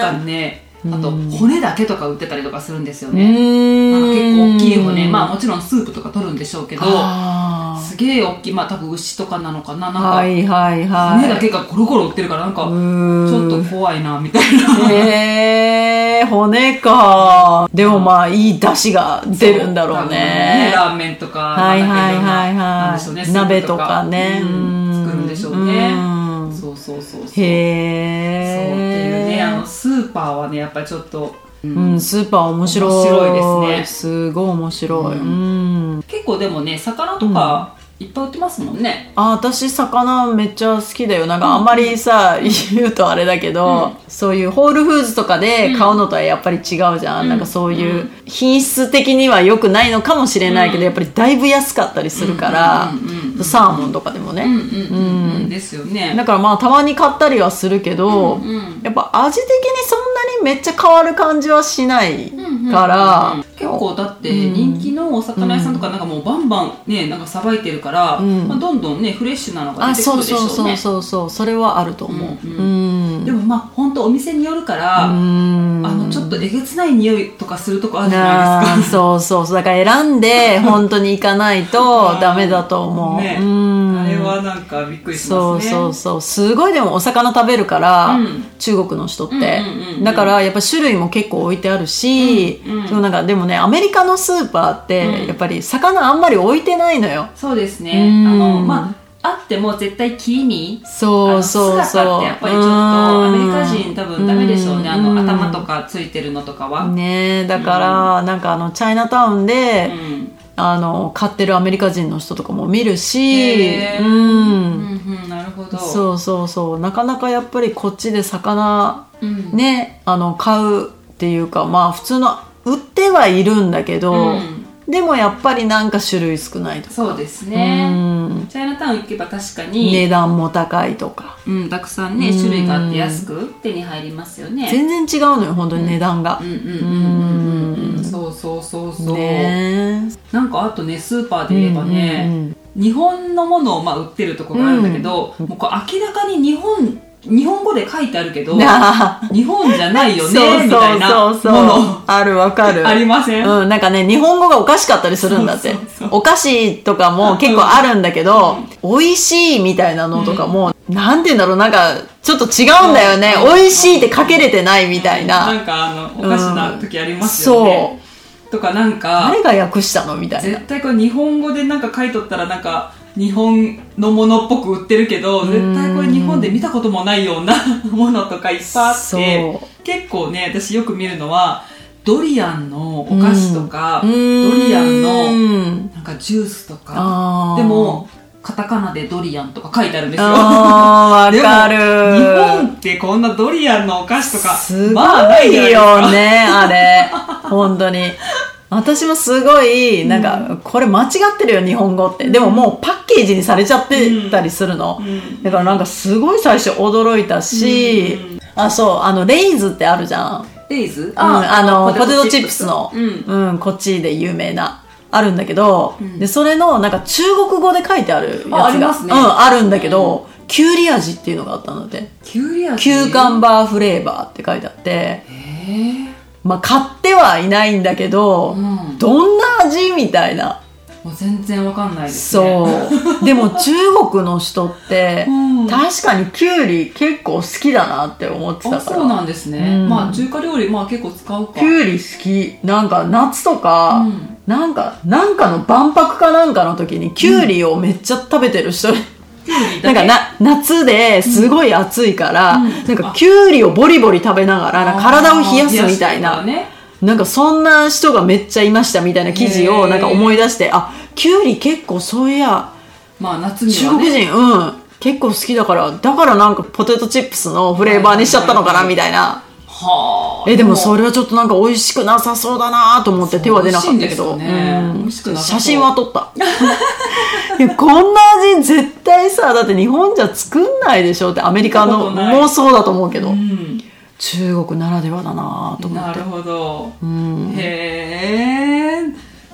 A: なんかねあと
B: うん
A: 骨だけとか売ってたりとかするんですよ
B: う
A: ね、なんか結構大きい骨まあ
B: あ
A: もちろんスープとか取るんでしょうけど
B: あ
A: すげえ大きいまあ多分牛とかなのかななん
B: ー
A: か、
B: はいはいはい
A: 骨だけがコロコロ売ってるからなんか
B: う
A: ち
B: ーん
A: ょっと怖いなみたいな、
B: へえ骨かでもまあいい出汁が出るんだろうね
A: 多分ラーメンとか、
B: はいはいはい
A: なん
B: は
A: でしょうね
B: い鍋とかね
A: うん
B: うん
A: 作るんでしょうね
B: うん
A: そうそうそうそうそう
B: へ
A: っていうねあ
B: え
A: のスーパーはねやっぱりちょっと、うん
B: うんスーパー面白い
A: 面白いですね
B: すごい面白い
A: うん
B: うん
A: 結構でもね魚とかいっぱい売ってますもんね、
B: あ私魚めっちゃ好きだよなんかあんまりさ、言うとあれだけど、そういうホールフーズとかで買うのとはやっぱり違うじゃん、
A: うん
B: なんかそういう品質的には良くないのかもしれないけど、やっぱりだいぶ安かったりするから、
A: うんうんうんうん
B: サーモンとかでもね、
A: うんうんうんうんですよね
B: だからまあたまに買ったりはするけど、
A: うんうん
B: やっぱ味的にそんなにめっちゃ変わる感じはしない
A: うんうん
B: から、
A: うん結構だって人気のお魚屋さんとかなんかもうバンバンねなんかさばいてるから、
B: うん
A: まあ、どんどんねフレッシュなのが
B: あ
A: 出てくる
B: そう
A: でしょう
B: そう
A: ね
B: そうそうそうそれはあると思う
A: う
B: うんん、
A: うでもまあ本当お店によるから、
B: うん
A: あのちょっとえげつない匂いとかするとこあるじゃ
B: な
A: ない
B: あ
A: ですか
B: そうそうそうだから選 んで本当に行かないとダメだと思う、
A: ね
B: うん
A: あれはなんかびっくりし
B: そ
A: ま
B: う
A: すね
B: そうそうすごいでもお魚食べるから、
A: うん
B: 中国の人って、
A: うんうんうんうん
B: だからやっぱ種類も結構置いてあるし、
A: うんうん
B: そうなんかでもねアメリカのスーパーっ
A: うん
B: てやっぱり魚あんまり置いてないのよ、
A: そうですね
B: うん
A: あのまああっても絶対木に
B: そうそう
A: あの姿
B: そ
A: っ
B: う
A: てやっぱりちょっとアメリカ人多分ダメでしょうねあの頭とかついてるのとかは、
B: ねえだから、なんかあのチャイナタウンで、
A: うん
B: あの買ってるアメリカ人の人とかも見るし
A: へ、ー
B: うん、
A: うんうんなるほど
B: そうそうそうなかなかやっぱりこっちで魚
A: う、ん、
B: ねあの買うっていうかまあ普通の売ってはいるんだけど、
A: うん
B: でもやっぱりなんか種類少ないとか
A: そうです
B: う
A: ね、
B: ん
A: チャイナタウン行けば確かに、
B: 値段も高いとか
A: うん、たくさんね
B: うん
A: 種類があって安く手に入りますよね
B: 全然違うのよ本当に値段が
A: う、んうんうんうんうんそうそうそうそう、
B: ねえ
A: なんかあとねスーパーで言えば
B: うんう
A: ね、
B: んうん
A: 日本のものをまあ売ってるところがあるんだけど、もうこう明らかに日本日本語で書いてあるけ ど
B: なあ
A: 日本じゃないよねみたいな
B: そ
A: も
B: うそうそうそう
A: の
B: あるわか る
A: ありません、
B: うん、なんかね、日本語がおかしかったりするんだって。
A: そうそう
B: お菓子とかも結構あるんだけど、美味しいみたいなのとかも、なんて言うんだろう、なんか、ちょっと違うんだよね。
A: うん
B: 美味しいって書けれてないみたいな。
A: んかあのおかしな時ありますよ
B: そ
A: ね
B: う。、
A: とかなんか
B: 誰が訳したのみたいな。
A: 絶対これ日本語でなんか書いとったらなんか日本のものっぽく売ってるけど絶対これ日本で見たこともないような ものとかいっぱいあって
B: そ
A: 結構ね私よく見るのはドリアンのお菓子とか
B: う
A: ド
B: ん
A: リアンの
B: うん
A: なんかジュースとか
B: あー
A: でもカタカナでドリアンとか書いてあるんですよ。
B: あー、わか
A: でも
B: る。
A: 日本ってこんなドリアンのお菓子とか
B: すご
A: まあない
B: い
A: じゃないですか
B: よね、あれ。本当に。私もすごい、なんか、これ間違ってるよ、日本語って。でももうパッケージにされちゃってたりするの。
A: うん
B: だからなんかすごい最初驚いたし、
A: うん
B: あ、そう、あの、レイズってあるじゃん。うん
A: レイズ
B: あの、ポテトチップスの、
A: うん
B: うん、こっちで有名な。あるんだけど、
A: ん
B: で、それの、なんか中国語で書いてあるやつが。
A: あありますね
B: うん、あるんだけど、キュウリ味っていうのがあったので、
A: キュウリ味
B: キューカンバーフレーバーって書いてあって、
A: えー
B: まあ、買ってはいないんだけど、
A: うん
B: どんな味みたいな。
A: もう全然わかんないですね
B: そう。でも中国の人って、
A: うん
B: 確かにキュウリ結構好きだなって思って
A: あ
B: たか
A: そう
B: ら。
A: なんですね、
B: うん
A: まあ中華料理まあ結構使うか
B: キュウリ好き。なんか夏とか、
A: うん
B: なんか、なんかの万博かなんかの時にキュウリをめっちゃ食べてる人、
A: キュウリ
B: な
A: だ
B: んか
A: け
B: な、夏ですごい暑いから、
A: うん
B: なんかキュウリをボリボリ食べながら、なんか体を冷やすみたい
A: あ
B: な
A: ー冷。やすとかね
B: なんかそんな人がめっちゃいましたみたいな記事
A: へ
B: を
A: ー
B: なんか思い出して、あ、キュウリ結構そういや、
A: まあ夏に
B: 中
A: はね
B: 国人、うん、結構好きだから、だからなんかポテトチップスのフレーバーにしちゃったのかなみたいな。
A: はあ
B: え、でもそれはちょっとなんか美味しくなさそうだなと思って手は出なかったけど、
A: 美味しいんですかね
B: うん
A: 美味しくなさそう
B: 写真は撮った。 いや、こんな味絶対さ、だって日本じゃ作んないでしょってアメリカ
A: 見たこ
B: の
A: とない
B: もうそうだと思うけど、
A: う
B: 中国ならではだなと
A: ん
B: 思
A: な
B: って
A: る。ほど、
B: うん。
A: へ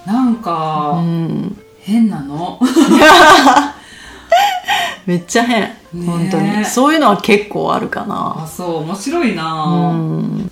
A: えなんか、
B: うん
A: 変なの
B: めっちゃ変、
A: ね
B: 本当にそういうのは結構あるかな
A: あそう面白いな、
B: うん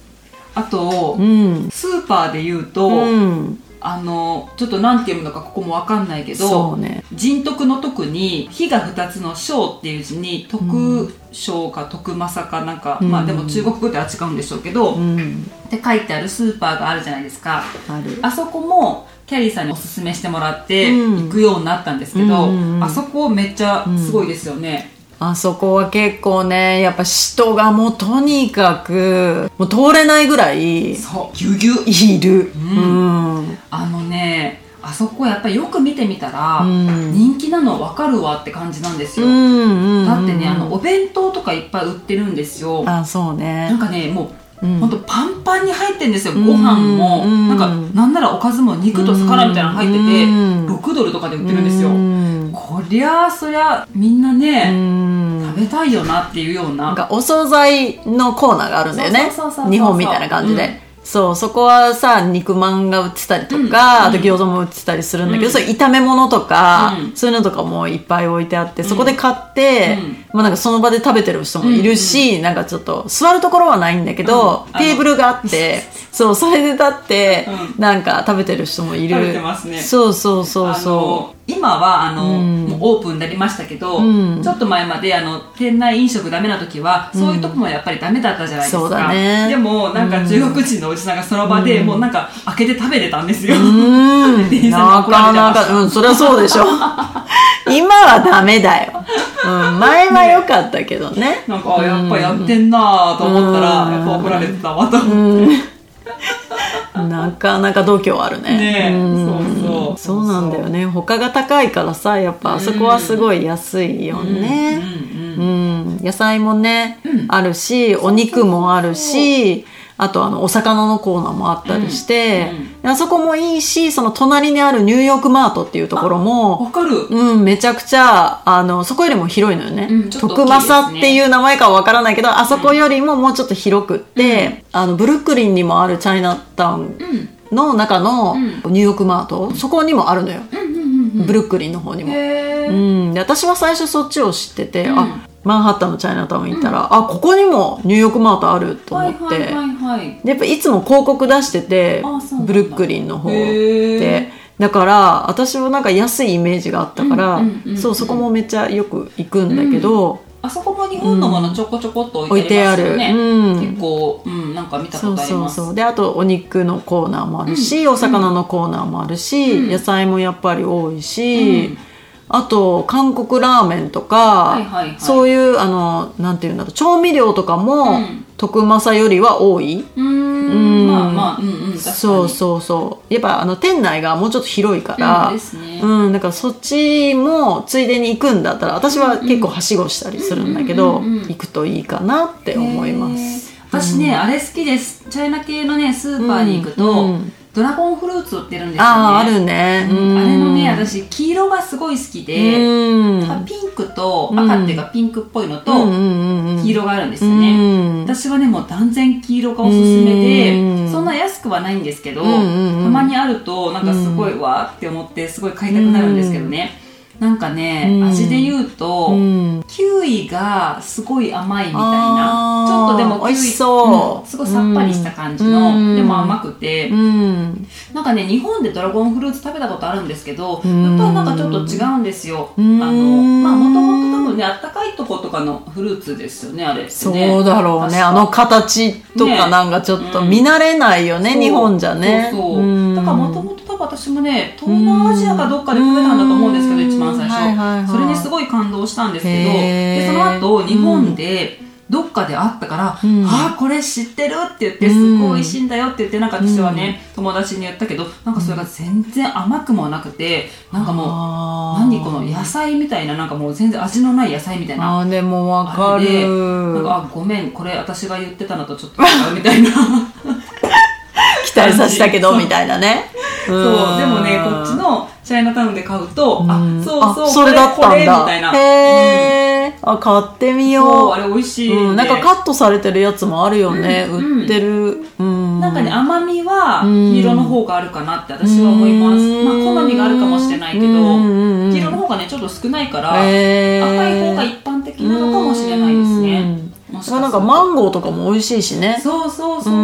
A: あと、
B: うん
A: スーパーで言うと、
B: うん
A: あのちょっと何て読むのかここもわかんないけど
B: そうね
A: 人徳の徳に「火が二つの章」っていう字に「徳章」か「徳正」かなんか、
B: うん
A: まあでも中国語では違うんでしょうけど、
B: う
A: っ
B: ん
A: て書いてあるスーパーがあるじゃないですか
B: ある
A: あそこもキャリーさんにおすすめしてもらって
B: うん
A: 行くようになったんですけど、
B: うんうんうん
A: あそこめっちゃすごいですよね、
B: あそこは結構ねやっぱ人がもうとにかくもう通れないぐらいい
A: そうぎゅうぎゅう
B: る
A: ん
B: うん
A: あのねあそこやっぱりよく見てみたら、
B: うん
A: 人気なのわかるわって感じなんです
B: う
A: よ、
B: んうん
A: だってねあのお弁当とかいっぱい売ってるんですよ
B: あそう
A: なん
B: ね
A: かねもう、
B: うん
A: ほんとパンパンに入ってんですよご飯も、
B: うん
A: なんかなんならおかずも肉と魚みたいなの入ってて、
B: うん
A: 6ドルとかで売ってるんですよ、
B: うん
A: こりゃあそりゃみんな
B: う
A: ね、
B: ん
A: 食べたいよなっていうような
B: なんかお惣菜のコーナーがあるんだよ
A: そう
B: ね
A: そうそうそうそう
B: 日本みたいな感じで、
A: うん
B: そう、そこはさ、肉まんが売ってたりとか、あと餃子も売ってたりするんだけど、
A: うん
B: そういう炒め物とか、
A: うん
B: そういうのとかもいっぱい置いてあって、そこで買って、
A: うん
B: まあなんかその場で食べてる人もいるし、なんかちょっと座るところはないんだけど、
A: うん
B: テーブルがあって、そう、それで立って、
A: う
B: なんか食べてる人もいる。
A: 食べてますね
B: そうそうそう
A: あ
B: そ
A: の今はあの、
B: うん
A: もうオープンになりましたけど、
B: うん
A: ちょっと前まであの店内飲食ダメな時はそういうとこもやっぱりダメだったじゃないですか、
B: そうだね
A: でもなんか中国人のおじさんがその場でもうなんか開けて食べてたんですよ、
B: う。う
A: 店
B: ーん、
A: 員さん
B: な
A: に怒ら
B: か
A: れてま
B: な
A: した
B: か、うん、そりゃそう でしょ。今はダメだよ。うん、前は良かったけどね
A: なんかあやっぱやってんなと思ったら、
B: うん
A: やっぱ怒られてたわと、
B: なかなか度胸あるね。
A: ねえ
B: うん
A: そうそう
B: そうなんだよね。他が高いからさ、やっぱあそこはすごい安いよ
A: うん
B: ね。
A: うん
B: うん、野菜もね、あるし、お肉もあるし、あとあの、お魚のコーナーもあったりして、あそこもいいし、その隣にあるニューヨークマートっていうところも、
A: わかる、
B: うん、めちゃくちゃ、あの、そこよりも広いのよね。
A: うんちょっと大きい
B: 徳正っていう名前かはわからないけど、あそこよりももうちょっと広くって、あの、ブルックリンにもあるチャイナタウンの中のニューヨークマート、そこにもあるのよ。ブルックリンの方にも。
A: へ
B: う
A: ー
B: ん、で私は最初そっちを知ってて、
A: うん
B: あ、マンハッタンのチャイナタウン行ったら、あ、ここにもニューヨークマートあると思って、
A: はいはいはいはい
B: でやっぱいつも広告出してて
A: あそうなんだ
B: ブルックリンの方
A: へ
B: で
A: ー
B: だから私もなんか安いイメージがあったから、
A: うんうんうんうん
B: そうそこもめっちゃよく行くんだけど、
A: あそこも日本のものちょこちょこっと置
B: 置
A: い
B: いて
A: て
B: あ
A: あります
B: る、
A: よね、
B: うん
A: 結構、うん、なんか見たこ
B: そう
A: とあり
B: そ
A: ま
B: う
A: す
B: そうであとお肉のコーナーもあるし、お魚のコーナーもあるし、
A: うん
B: 野菜もやっぱり多いし、
A: うん
B: あと韓国ラーメンとか、
A: はいはいはい
B: そういうあのなんていうんだろう調味料とかも、
A: うん
B: 徳正よりは多い。
A: うー
B: うん
A: んまあまあうんうん確かに
B: そうそうそうやっぱあの店内がもうちょっと広いか
A: う
B: ら
A: んですね
B: うんだからそっちもついでに行くんだったら私は結構はしごしたりするんだけど、
A: うんうんうんうん
B: 行くといいかなって思います
A: へー私ね、あれ好きですチャイナ系のねスーパーに行くと、
B: うんうん
A: ドラゴンフルーツ売ってるんですよね
B: あああるね、
A: うんあれのね
B: 私
A: 私黄色がすごい好きで、
B: うん
A: なんかピンクと赤っていうかピンクっぽいのと
B: うんうんうんうん
A: 黄色があるんですよね、
B: うん
A: 私はねもう断然黄色がおすすめで、
B: うん
A: そんな安くはないんですけど、
B: うんうんうん
A: たまにあるとなんかすごいわーって思ってすごい買いたくなるんですけどね、なんかね、
B: うん
A: 味で言うと、
B: うん
A: キウイがすごい甘いみたい
B: あ
A: なちょ
B: ー
A: っとでもキウイ
B: 美味しそう
A: うんすごいさっぱりした感じの、
B: うん
A: でも甘くて、
B: うん
A: なんかね日本でドラゴンフルーツ食べたことあるんですけど、や
B: ん
A: っぱりなんかちょっと違うんですよ、
B: うん
A: あのまあもともと多分ねあったかいとことかのフルーツですよねあれってね
B: そうだろう
A: 確
B: ね
A: か
B: あの形とかなんかちょっと見慣れないよね
A: そう
B: 日本じゃね
A: そうそう、
B: ん
A: だからもともと多分私もね東南アジアかどっかで食べたんだと思うんですけど、
B: うん
A: 一番最初、
B: はいはいはい
A: それにすごい感動したんですけど
B: へー
A: でその後日本で、どっかであったから、
B: うん
A: ああこれ知ってるって言って
B: うん
A: すごい美味しいんだよって言ってなんか私はね、友達に言ったけどなんかそれが全然甘くもなくてなんかもう
B: あー
A: 何この野菜みたいななんかもう全然味のない野菜みたいな
B: あーでもわ
A: あ
B: か
A: れでなん
B: る
A: かあごめんこれ私が言ってたのとちょっと違うみたいな
B: 期待させたけどみたいなねそ
A: そうでもねこっちのチャイナタウンで買うと、あそうそう
B: それだった
A: こ
B: ん
A: れこれ
B: だ
A: みたいな
B: へえ、あ買ってみ
A: そう
B: よ
A: あれ美味し
B: う
A: いで、
B: うん、なんかカットされてるやつもあるよね、
A: うん
B: 売ってるうん
A: なんかね甘みは
B: うん
A: 黄色の方があるかなって私は思います、
B: うん
A: まあ好みがあるかもしれないけど、
B: うんうんうん
A: 黄色の方がねちょっと少ないから、
B: へー
A: 赤い方が一般的なのかもしれないですね、もしかすると
B: なんかマンゴーとかも美味しいしね
A: そうそうそうそう、
B: う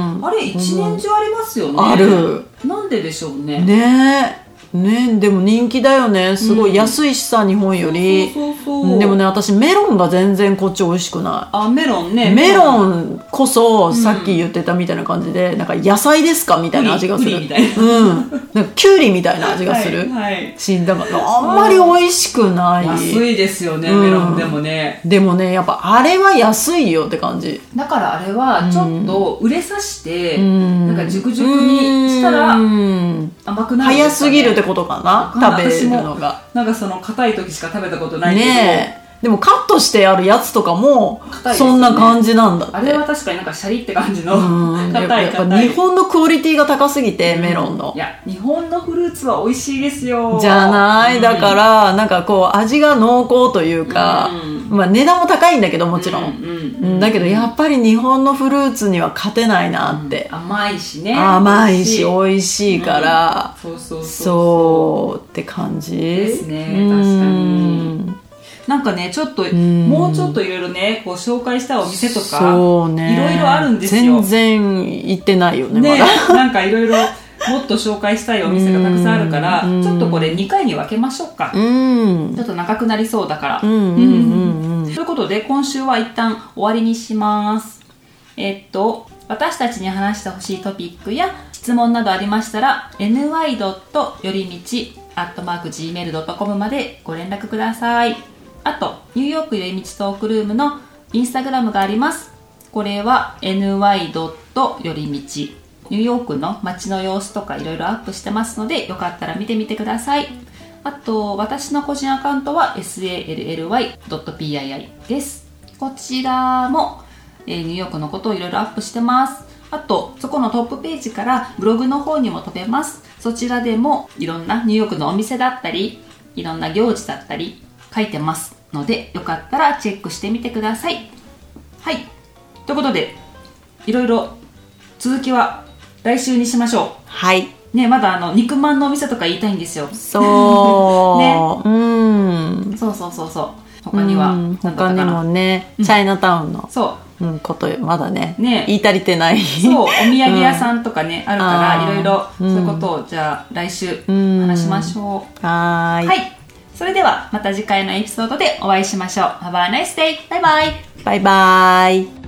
B: ん
A: あれ一年中ありますよね、
B: ある
A: なんででしょうね
B: ねえねえでも人気だよねすごい安いしさ、日本より
A: そうそうそうそう
B: でもね私メロンが全然こっち美味しくな
A: あメロン
B: い
A: ね
B: メロンこそさっき言ってたみたいな感じで、なんか野菜ですかみたいな味がす
A: ウリ
B: る
A: ウリみたいな
B: うんなんかキュウリみたいな味がする、
A: はいはい
B: しだからあんまり美味しくない
A: 安いですよね、
B: うん
A: メロンでもね
B: でもねやっぱあれは安いよって感じ
A: だからあれはちょっと売れさして、
B: ん
A: なんか熟々にしたら
B: うん
A: 甘くなるんで
B: 早
A: か
B: す
A: ね
B: ぎるってことかな
A: わかんない
B: 食べるのが
A: なんかその硬い時しか食べたことないけど、
B: ねえでもカットしてあるやつとかも
A: 硬いですよね
B: そんな感じなんだって、
A: あれは確かになんかシャリって感じの
B: う ん
A: 硬い
B: やっぱ
A: 硬い
B: 日本のクオリティが高すぎてメロンの
A: い、や日本のフルーツは美味しいですよ
B: じゃないだかららなんかこう味が濃厚というか、
A: う
B: まあ、値段も高いんだけどもちろん、うんだけどやっぱり日本のフルーツには勝てないなって、
A: 甘いしね
B: 甘い
A: 美
B: し
A: 味
B: 美味しいから、
A: そうそう
B: そうって感じです
A: ね確かになんかねちょっと
B: ん
A: もうちょっといろいろねこう紹介したいお店とか
B: そうね
A: いろいろあるんですよ
B: 全然行ってないよね
A: ね
B: まだ
A: なん かいろいろもっと紹介したいお店がたくさんあるから
B: うん
A: ちょっとこれ2回に分けましょうか
B: うん
A: ちょっと長くなりそうだから
B: うんうんうん
A: ということで今週は一旦終わりにしますえっと私たちに話してほしいトピックや質問などありましたら ny. よりみち gmail.com までご連絡くださいあとニューヨークよりみちトークルームのインスタグラムがありますこれは ny. よりみちニューヨークの街の様子とかいろいろアップしてますのでよかったら見てみてくださいあと、私の個人アカウントは sally.pii です。こちらも、えーニューヨークのことをいろいろアップしてます。あと、そこのトップページからブログの方にも飛べます。そちらでもいろんなニューヨークのお店だったり、いろんな行事だったり書いてますので、よかったらチェックしてみてください。はい。ということで、いろいろ続きは来週にしましょ
B: はい。
A: う。ね、まだあの肉まんのお店とか言いたいんですよ。
B: そう。
A: ね
B: うん。
A: そうそうそうそう他には
B: うん
A: なんだった
B: 他
A: か
B: に
A: な
B: もね、チャイナタウンの、
A: そ
B: うん、こと、まだね、
A: ね
B: 言い足りてない。
A: うそうお土産屋さんとかね、ある
B: あ
A: か
B: ー
A: らいろいろそううんいうことをじゃあ来週
B: うん
A: 話しましょう、
B: はーい。
A: はいそれではまた次回のエピソードでお会いしましょう Have a nice day! バイバイ
B: バイバイ。